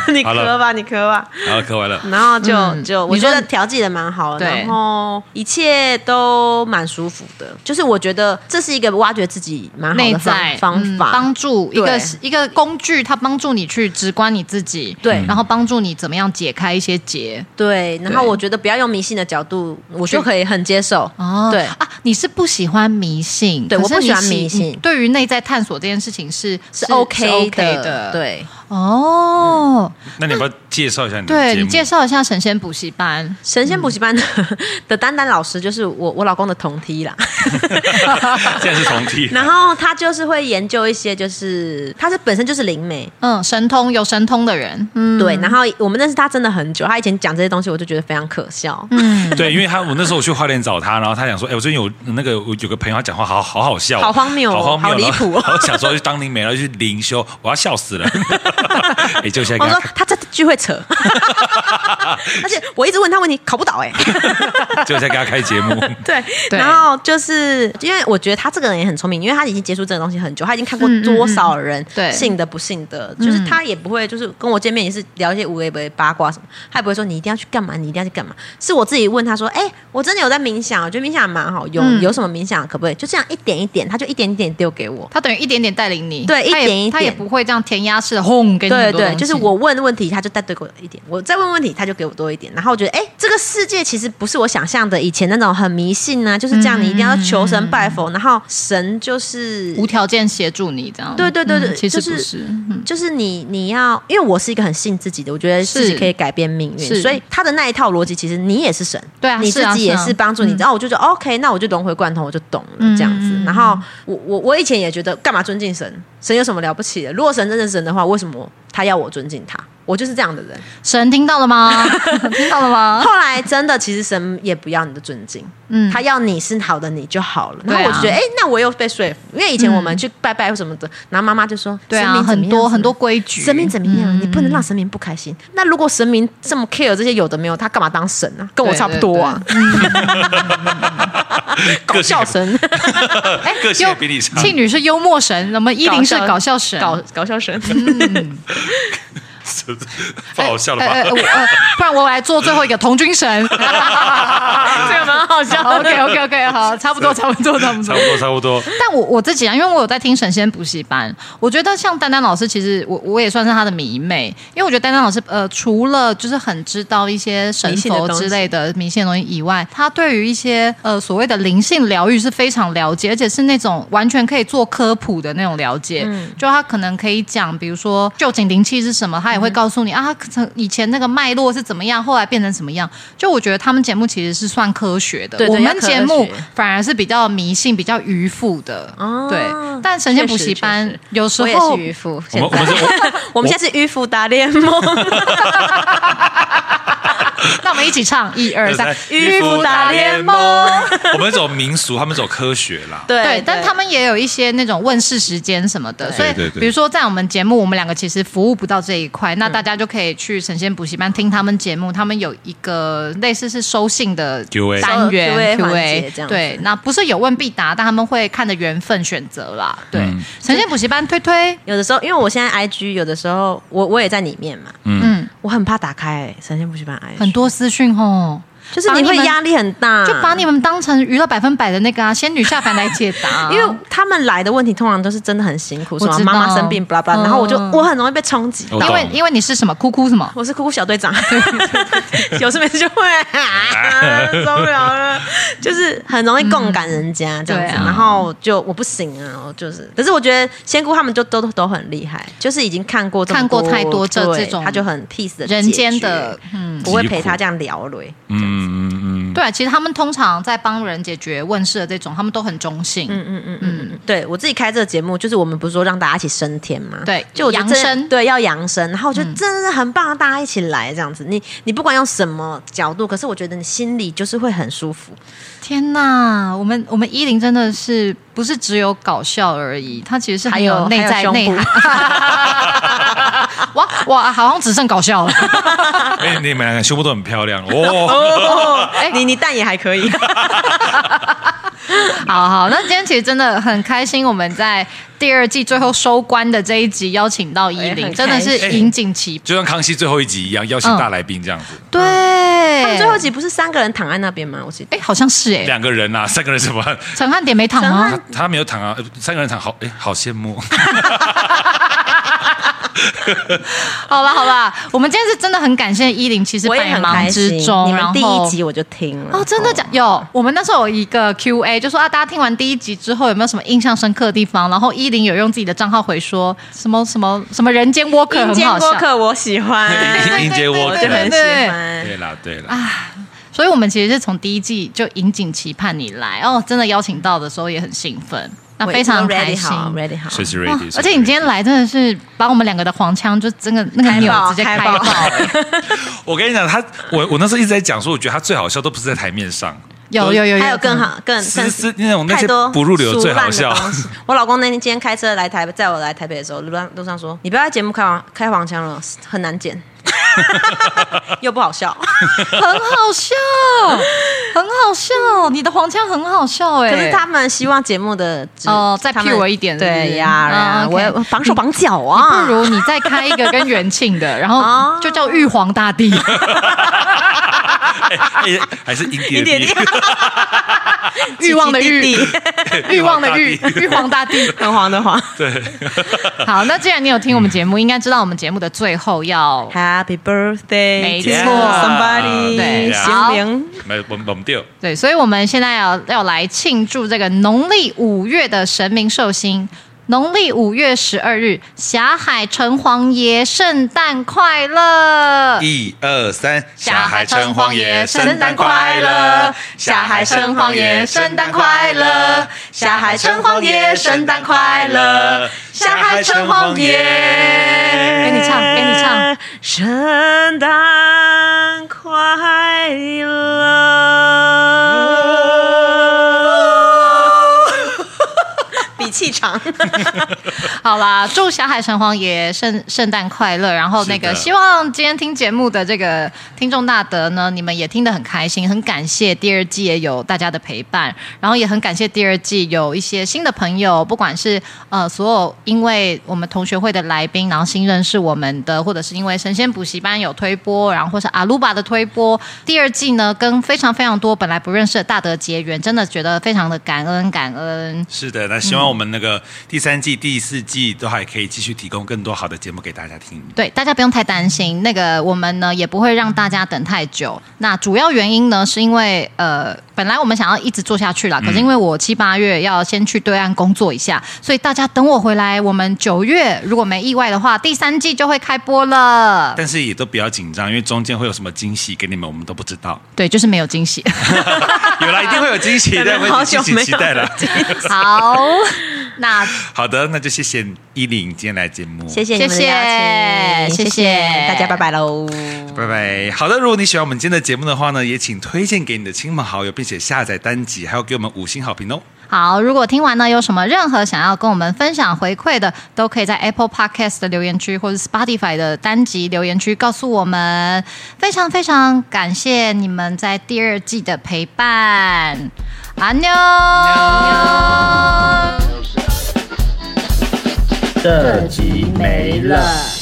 S2: 你
S4: 好了
S2: 磕吧，你磕吧。
S4: 好了，课完了。
S2: 然后就、就我
S3: 嗯你
S2: 觉
S3: 说
S2: 得调剂的蛮好的，
S3: 对
S2: 然后一切都蛮舒服的。就是我觉得这是一个挖掘自己蛮好
S3: 内
S2: 的方
S3: 在
S2: 方
S3: 嗯
S2: 法，
S3: 帮助一
S2: 对
S3: 个一个工具，它帮助你去直观你自己，
S2: 对
S3: 然后帮助你怎么样解开一些结。
S2: 对。然后
S3: 对
S2: 我觉得不要用迷信的角度，我
S3: 去
S2: 就可以很接受。
S3: 哦，
S2: 对
S3: 啊，你是不喜欢迷信，
S2: 对
S3: 可是
S2: 我不喜欢
S3: 你喜
S2: 迷信
S3: 你对于内在探索这件事情是
S2: 是
S3: 是
S2: OK
S3: 是
S2: 的
S3: OK 的，。
S2: 对。
S3: 哦，
S4: 那你要不要介绍一下你的嗯
S3: 对
S4: 节
S3: 你
S4: 目？
S3: 介绍一下神仙补习班，
S2: 神仙补习班的的丹丹老师就是我我老公的同 梯啦，
S4: 现在是重听。
S2: 然后他就是会研究一些，就是他是本身就是灵媒，
S3: 嗯，神通有神通的人，嗯，
S2: 对，然后我们认识他真的很久，他以前讲这些东西我就觉得非常可
S3: 嗯
S2: 笑，
S4: 对，因为他我那时候我去花莲找他，然后他讲说，哎、我最近有那个我有个朋友，他讲话好好好笑哦，
S2: 好荒谬哦
S4: 好荒谬，
S2: 好离
S4: 然后
S2: 谱哦
S4: 然后想说去当灵媒，然后去灵修，我要笑死 了。 哎、就现在跟
S2: 我
S4: 他
S2: 说
S4: 看，
S2: 他这聚会 扯，而且我一直问他问题，考不倒哎、
S4: 就现在跟他开节 目。
S2: 对，
S3: 对
S2: 然后就是因为我觉得他这个人也很聪明，因为他已经接触这个东西很久，他已经看过多少人
S3: 对
S2: 信的不信的，就是他也不会就是跟我见面也是聊一些无微不微八卦什么，他也不会说你一定要去干嘛，你一定要去干嘛，是我自己问他说，哎、我真的有在冥想，我觉得冥想蛮好用，有什么冥想可不可以？就这样一点一点，他就一点一点丢给我。
S3: 他等于一点点带领你，
S2: 对
S3: 他也
S2: 一点一点
S3: 他也不会这样填鸭式的轰给你
S2: 对
S3: 很多
S2: 对，
S3: 东西
S2: 就是我问问题，他就再对给我一点；我再问问题，他就给我多一点。然后我觉得，哎，这个世界其实不是我想象的以前那种很迷信啊，就是这样，你一定要求神拜
S3: 嗯
S2: 佛，然后神就是
S3: 无条件协助你这样，
S2: 对对对对
S3: 嗯其实不，
S2: 就是
S3: 嗯
S2: 就是你你要，因为我是一个很信自己的，我觉得自己
S3: 是
S2: 可以改变命
S3: 是
S2: 运，所以他的那一套逻辑，其实你也是神，
S3: 对啊
S2: 你
S3: 是
S2: 自
S3: 啊
S2: 己
S3: 是
S2: 也
S3: 啊
S2: 是帮助你。然后我就觉得 OK，那我就融会贯通，我就懂了这样
S3: 嗯
S2: 子。然后我我我以前也觉得，干嘛尊敬神？神有什么了不起的？如果神真的是神的话，为什么他要我尊敬他？我就是这样的人。
S3: 神听到了 吗？听到了吗？
S2: 后来真的，其实神也不要你的尊敬，
S3: 嗯
S2: 他要你是好的你就好了。
S3: 对
S2: 然
S3: 啊
S2: 后我就觉得，哎、那我又被说服，因为以前我们去拜拜或什么的，然后妈妈就说，
S3: 对啊，
S2: 神明怎么
S3: 很
S2: 样
S3: 多很多。规矩，嗯
S2: 神明怎么样？你不能让神明不开心。那如果神明这么 care 这些有的没有，他干嘛当神啊？跟我差不多啊，搞
S4: 个性
S2: 笑神，
S3: 哎
S4: 个性也比你差
S3: 庆女是幽默神，那么依林是嗯
S2: 搞笑
S3: 搞 笑神，
S2: 搞搞笑神。
S4: 这 太好笑了
S2: 哎
S4: 吧？
S3: 我呃，不然我来做最后一个童军 神。
S2: 这个蛮 好笑的。
S3: OK OK OK，好，差不多差不多差不
S4: 差
S3: 多
S4: 不。多，差不多。
S3: 但我我自己啊，因为我有在听神仙补习班，我觉得像丹丹老师，其实我我也算是他的迷妹，因为我觉得丹丹老师呃，除了就是很知道一些神佛之类的迷信的东西以外，他对于一些呃所谓的灵性疗愈是非常了解，而且是那种完全可以做科普的那种了解。就他可能可以讲，比如说旧景灵气是什么，他也会告诉你、啊，可能以前那个脉络是怎么样，后来变成什么样。就我觉得他们节目其实是算科学的，
S2: 对对
S3: 我
S2: 要
S3: 们
S2: 科
S3: 节目
S2: 学
S3: 反而是比较迷信、比较愚腐的。
S2: 哦
S3: 对，但神仙补习
S2: 确
S3: 班
S2: 实
S3: 有时
S2: 我也
S3: 候
S2: 是渔夫，
S4: 我
S2: 现
S4: 们我们
S2: 在
S4: 是我
S2: 我们现在是渔夫打联盟，
S3: 那我们一起 唱一二
S4: 哎
S3: 三。
S2: 渔夫打联盟。
S4: 我们走民俗，他们走科学啦。
S2: 对
S3: 对，但他们也有一些那种问世时间什么的，
S2: 对嗯
S3: 所以
S4: 对对对
S3: 比如说在我们节目，我们两个其实服务不到这一块，那大家就可以去神仙补习班听他们节目，他们有一个类似是收信的
S4: Q&A
S3: 单元
S2: 收 Q&A 环节这样子
S3: 对，那不是有问必答，但他们会看的缘分选择啦。对
S4: 嗯，
S3: 神仙补习班推推，
S2: 有的时候，因为我现在 IG 有的时候我我也在里面嘛，
S3: 嗯，
S2: 我很怕打开、欸、神仙补习班 IG，
S3: 很多私讯哦。
S2: 就是你
S3: 把
S2: 会
S3: 们
S2: 压力很大，
S3: 就把你们当成娱乐百分百的那个 啊，仙女下凡来解答，
S2: 因为他们来的问题通常都是真的很辛苦，什么
S3: 知道
S2: 妈妈生病，巴拉巴拉，然后我就
S3: 嗯
S2: 我很容易被冲击
S4: 我
S2: 到
S4: 懂。
S3: 因为因为你是什么哭哭什么。
S2: 我是哭哭小 队长，有事没事就会、 啊、受不了了，就是很容易共感人家这样
S3: 对
S2: 子，
S3: 啊
S2: 然后就我不行啊，我就是，可是我觉得仙姑他们就都都很厉害，就是已经看过这么
S3: 看过太多这
S2: 对
S3: 这种
S2: 他就很 peace 的
S3: 人间的，嗯，
S2: 不会陪他这样聊累。
S4: 嗯嗯嗯，
S3: 对啊，其实他们通常在帮人解决问世的这种，他们都很中性，
S2: 嗯嗯嗯嗯，嗯，对我自己开这个节目，就是我们不是说让大家一起升天嘛？
S3: 对
S2: 就我觉得真
S3: 扬
S2: 的
S3: 升嗯
S2: 对，要扬升。然后我觉得真的很棒，大家一起来这样子。你你不管用什么角度，可是我觉得你心里就是会很舒服。
S3: 天呐，我们我们依林真的是不是只有搞笑而已，它其实是很
S2: 还有
S3: 内
S2: 还
S3: 在
S2: 有胸
S3: 内
S2: 部
S3: 涵。 哇哇，好像只剩搞笑了。
S4: 哎，你们两个胸部都很漂亮哦。
S2: 哦，
S3: 哎
S2: 你你蛋也还可以，
S3: 好好，那今天其实真的很开心，我们在第二季最后收官的这一集邀请到依
S2: 哎
S3: 林，
S2: 很
S3: 真的
S2: 开
S3: 是
S4: 心
S3: 引颈期盼。
S4: 就像康熙最后一集一样，邀请大来宾这样子，
S2: 嗯
S3: 对，
S2: 他们最后一集不是三个人躺在那边吗？我记得。
S3: 哎，好像是哎，
S4: 两个人
S2: 嗯
S4: 啊，三个人什么？
S3: 陈汉典没躺
S2: 陈
S3: 吗
S4: 他？他没有躺啊，呃三个人躺好，哎，好羡慕。
S3: 好了好了，我们今天是真的很感谢依林，其实
S2: 我也
S3: 百
S2: 很
S3: 忙
S2: 开心
S3: 之，中，
S2: 你们
S3: 然
S2: 第
S3: 后
S2: 一集我就听了
S3: 哦，真的假？有，我们那时候有一个 Q&A，就说啊，大家听完第一集之后有没有什么印象深刻的地方？然后依林有用自己的账号回说什么什么什么人间播客
S2: 阴
S3: 很
S2: 间
S3: 好
S2: 播
S3: 笑，
S2: 客我喜欢，
S4: 阴阴间播
S2: 我
S4: 客
S2: 就很喜欢。
S4: 对啦，对
S2: 啊
S4: 啦，
S3: 所以我们其实是从第一季就引颈期盼你来哦，真的邀请到的时候也很兴奋，那 非常
S2: 我已经
S3: 开
S2: ready
S3: 心。
S2: 好，ready 好。
S4: 随时
S3: 哇
S4: ready。
S3: 而且你今天，来真的是把我们两个的黄腔就真的那个钮直接开爆，
S4: 我跟你讲，他我我那时候一直在讲说，我觉得他最好笑都不是在台面上，
S3: 有有有有，
S2: 还有更好、更
S4: 私
S2: 更
S4: 私那种那
S2: 太
S4: 些
S2: 多
S4: 不入流最好笑
S2: 俗烂的东西。我老公那天今天开车来台北，载我来台北的时候，路上路上说：“你不要在节目开黄开黄腔了，很难 剪，又不好笑。
S3: 很好笑，很好笑，你的黄腔很好笑哎、
S2: 可是他们希望节目的质
S3: 哦再
S2: 他们
S3: pure 一点是不是
S2: 对呀，
S3: 嗯
S2: 呀我
S3: OK
S2: 我绑手绑脚
S3: 你
S2: 啊，
S3: 不如你再开一个跟元庆的，然后
S2: 哦
S3: 就叫玉皇大 帝。
S4: 哎哎还是阴
S2: 一
S4: 点
S2: 点点
S3: 欲望的欲
S2: 奇奇弟弟
S3: 欲望的欲，玉皇大帝。
S2: 很黄 的黄。
S3: 好，那既然你有听我们节目，应该知道我们节目的最后要
S2: Happy
S3: 没
S2: birthday，
S3: 错
S2: somebody，
S3: 对好
S2: 心灵。
S4: 没我们我们掉。
S3: 对，所以我们现在要要来庆祝这个农历五月的神明寿星。农历五月十二日，霞海城隍爷圣诞快 乐！
S4: 一二三，
S3: 霞海城隍爷圣诞快乐霞海城隍爷圣诞快乐霞海城隍爷圣诞快乐霞海城隍给
S4: 爷。
S3: 哎你唱，给你唱。
S2: 圣诞 快乐！比气长，
S3: 好啦，祝小海城隍爷圣圣诞快乐。然后那
S4: 是
S3: 个，
S4: 的
S3: 希望今天听节目的这个听众大德呢，你们也听得很开心，很感谢第二季也有大家的陪伴，然后也很感谢第二季有一些新的朋友，不管是呃所有因为我们同学会的来宾，然后新认识我们的，或者是因为神仙补习班有推播，然后或是阿鲁巴的推播，第二季呢跟非常非常多本来不认识的大德结缘，真的觉得非常的感恩感恩。
S4: 是的，那希望我们那个第三季、第四季都还可以继续提供更多好的节目给大家听。
S3: 对，大家不用太担心。那个我们呢也不会让大家等太久。那主要原因呢，是因为呃，本来我们想要一直做下去啦，可是因为我七八月要先去对岸工作一下，所以大家等我回来，我们九月如果没意外的话，第三季就会开播了。
S4: 但是也都不要紧张，因为中间会有什么惊喜给你们，我们都不知道。
S3: 对，就是没有惊喜。
S4: 有啦，一定会有惊喜的，
S2: 我
S4: 我
S2: 们
S4: 们
S2: 好
S4: 敬
S2: 久
S4: 请
S2: 没
S4: 期待
S2: 有
S4: 了。
S3: 好，那
S4: 好的，那就谢谢依琳今天来节目，
S2: 谢谢你们的邀请，
S3: 谢谢
S2: 谢
S3: 谢谢
S2: 大家，拜拜喽。
S4: 拜拜。好的，如果你喜欢我们今天的节目的话呢，也请推荐给你的亲朋好友，并且下载单集，还有给我们五星好评哦。
S3: 好，如果听完呢有什么任何想要跟我们分享回馈的，都可以在 Apple Podcast 的留言区或者 Spotify 的单集留言区告诉我们。非常非常感谢你们在第二季的陪伴，安妞。
S5: 这集没了。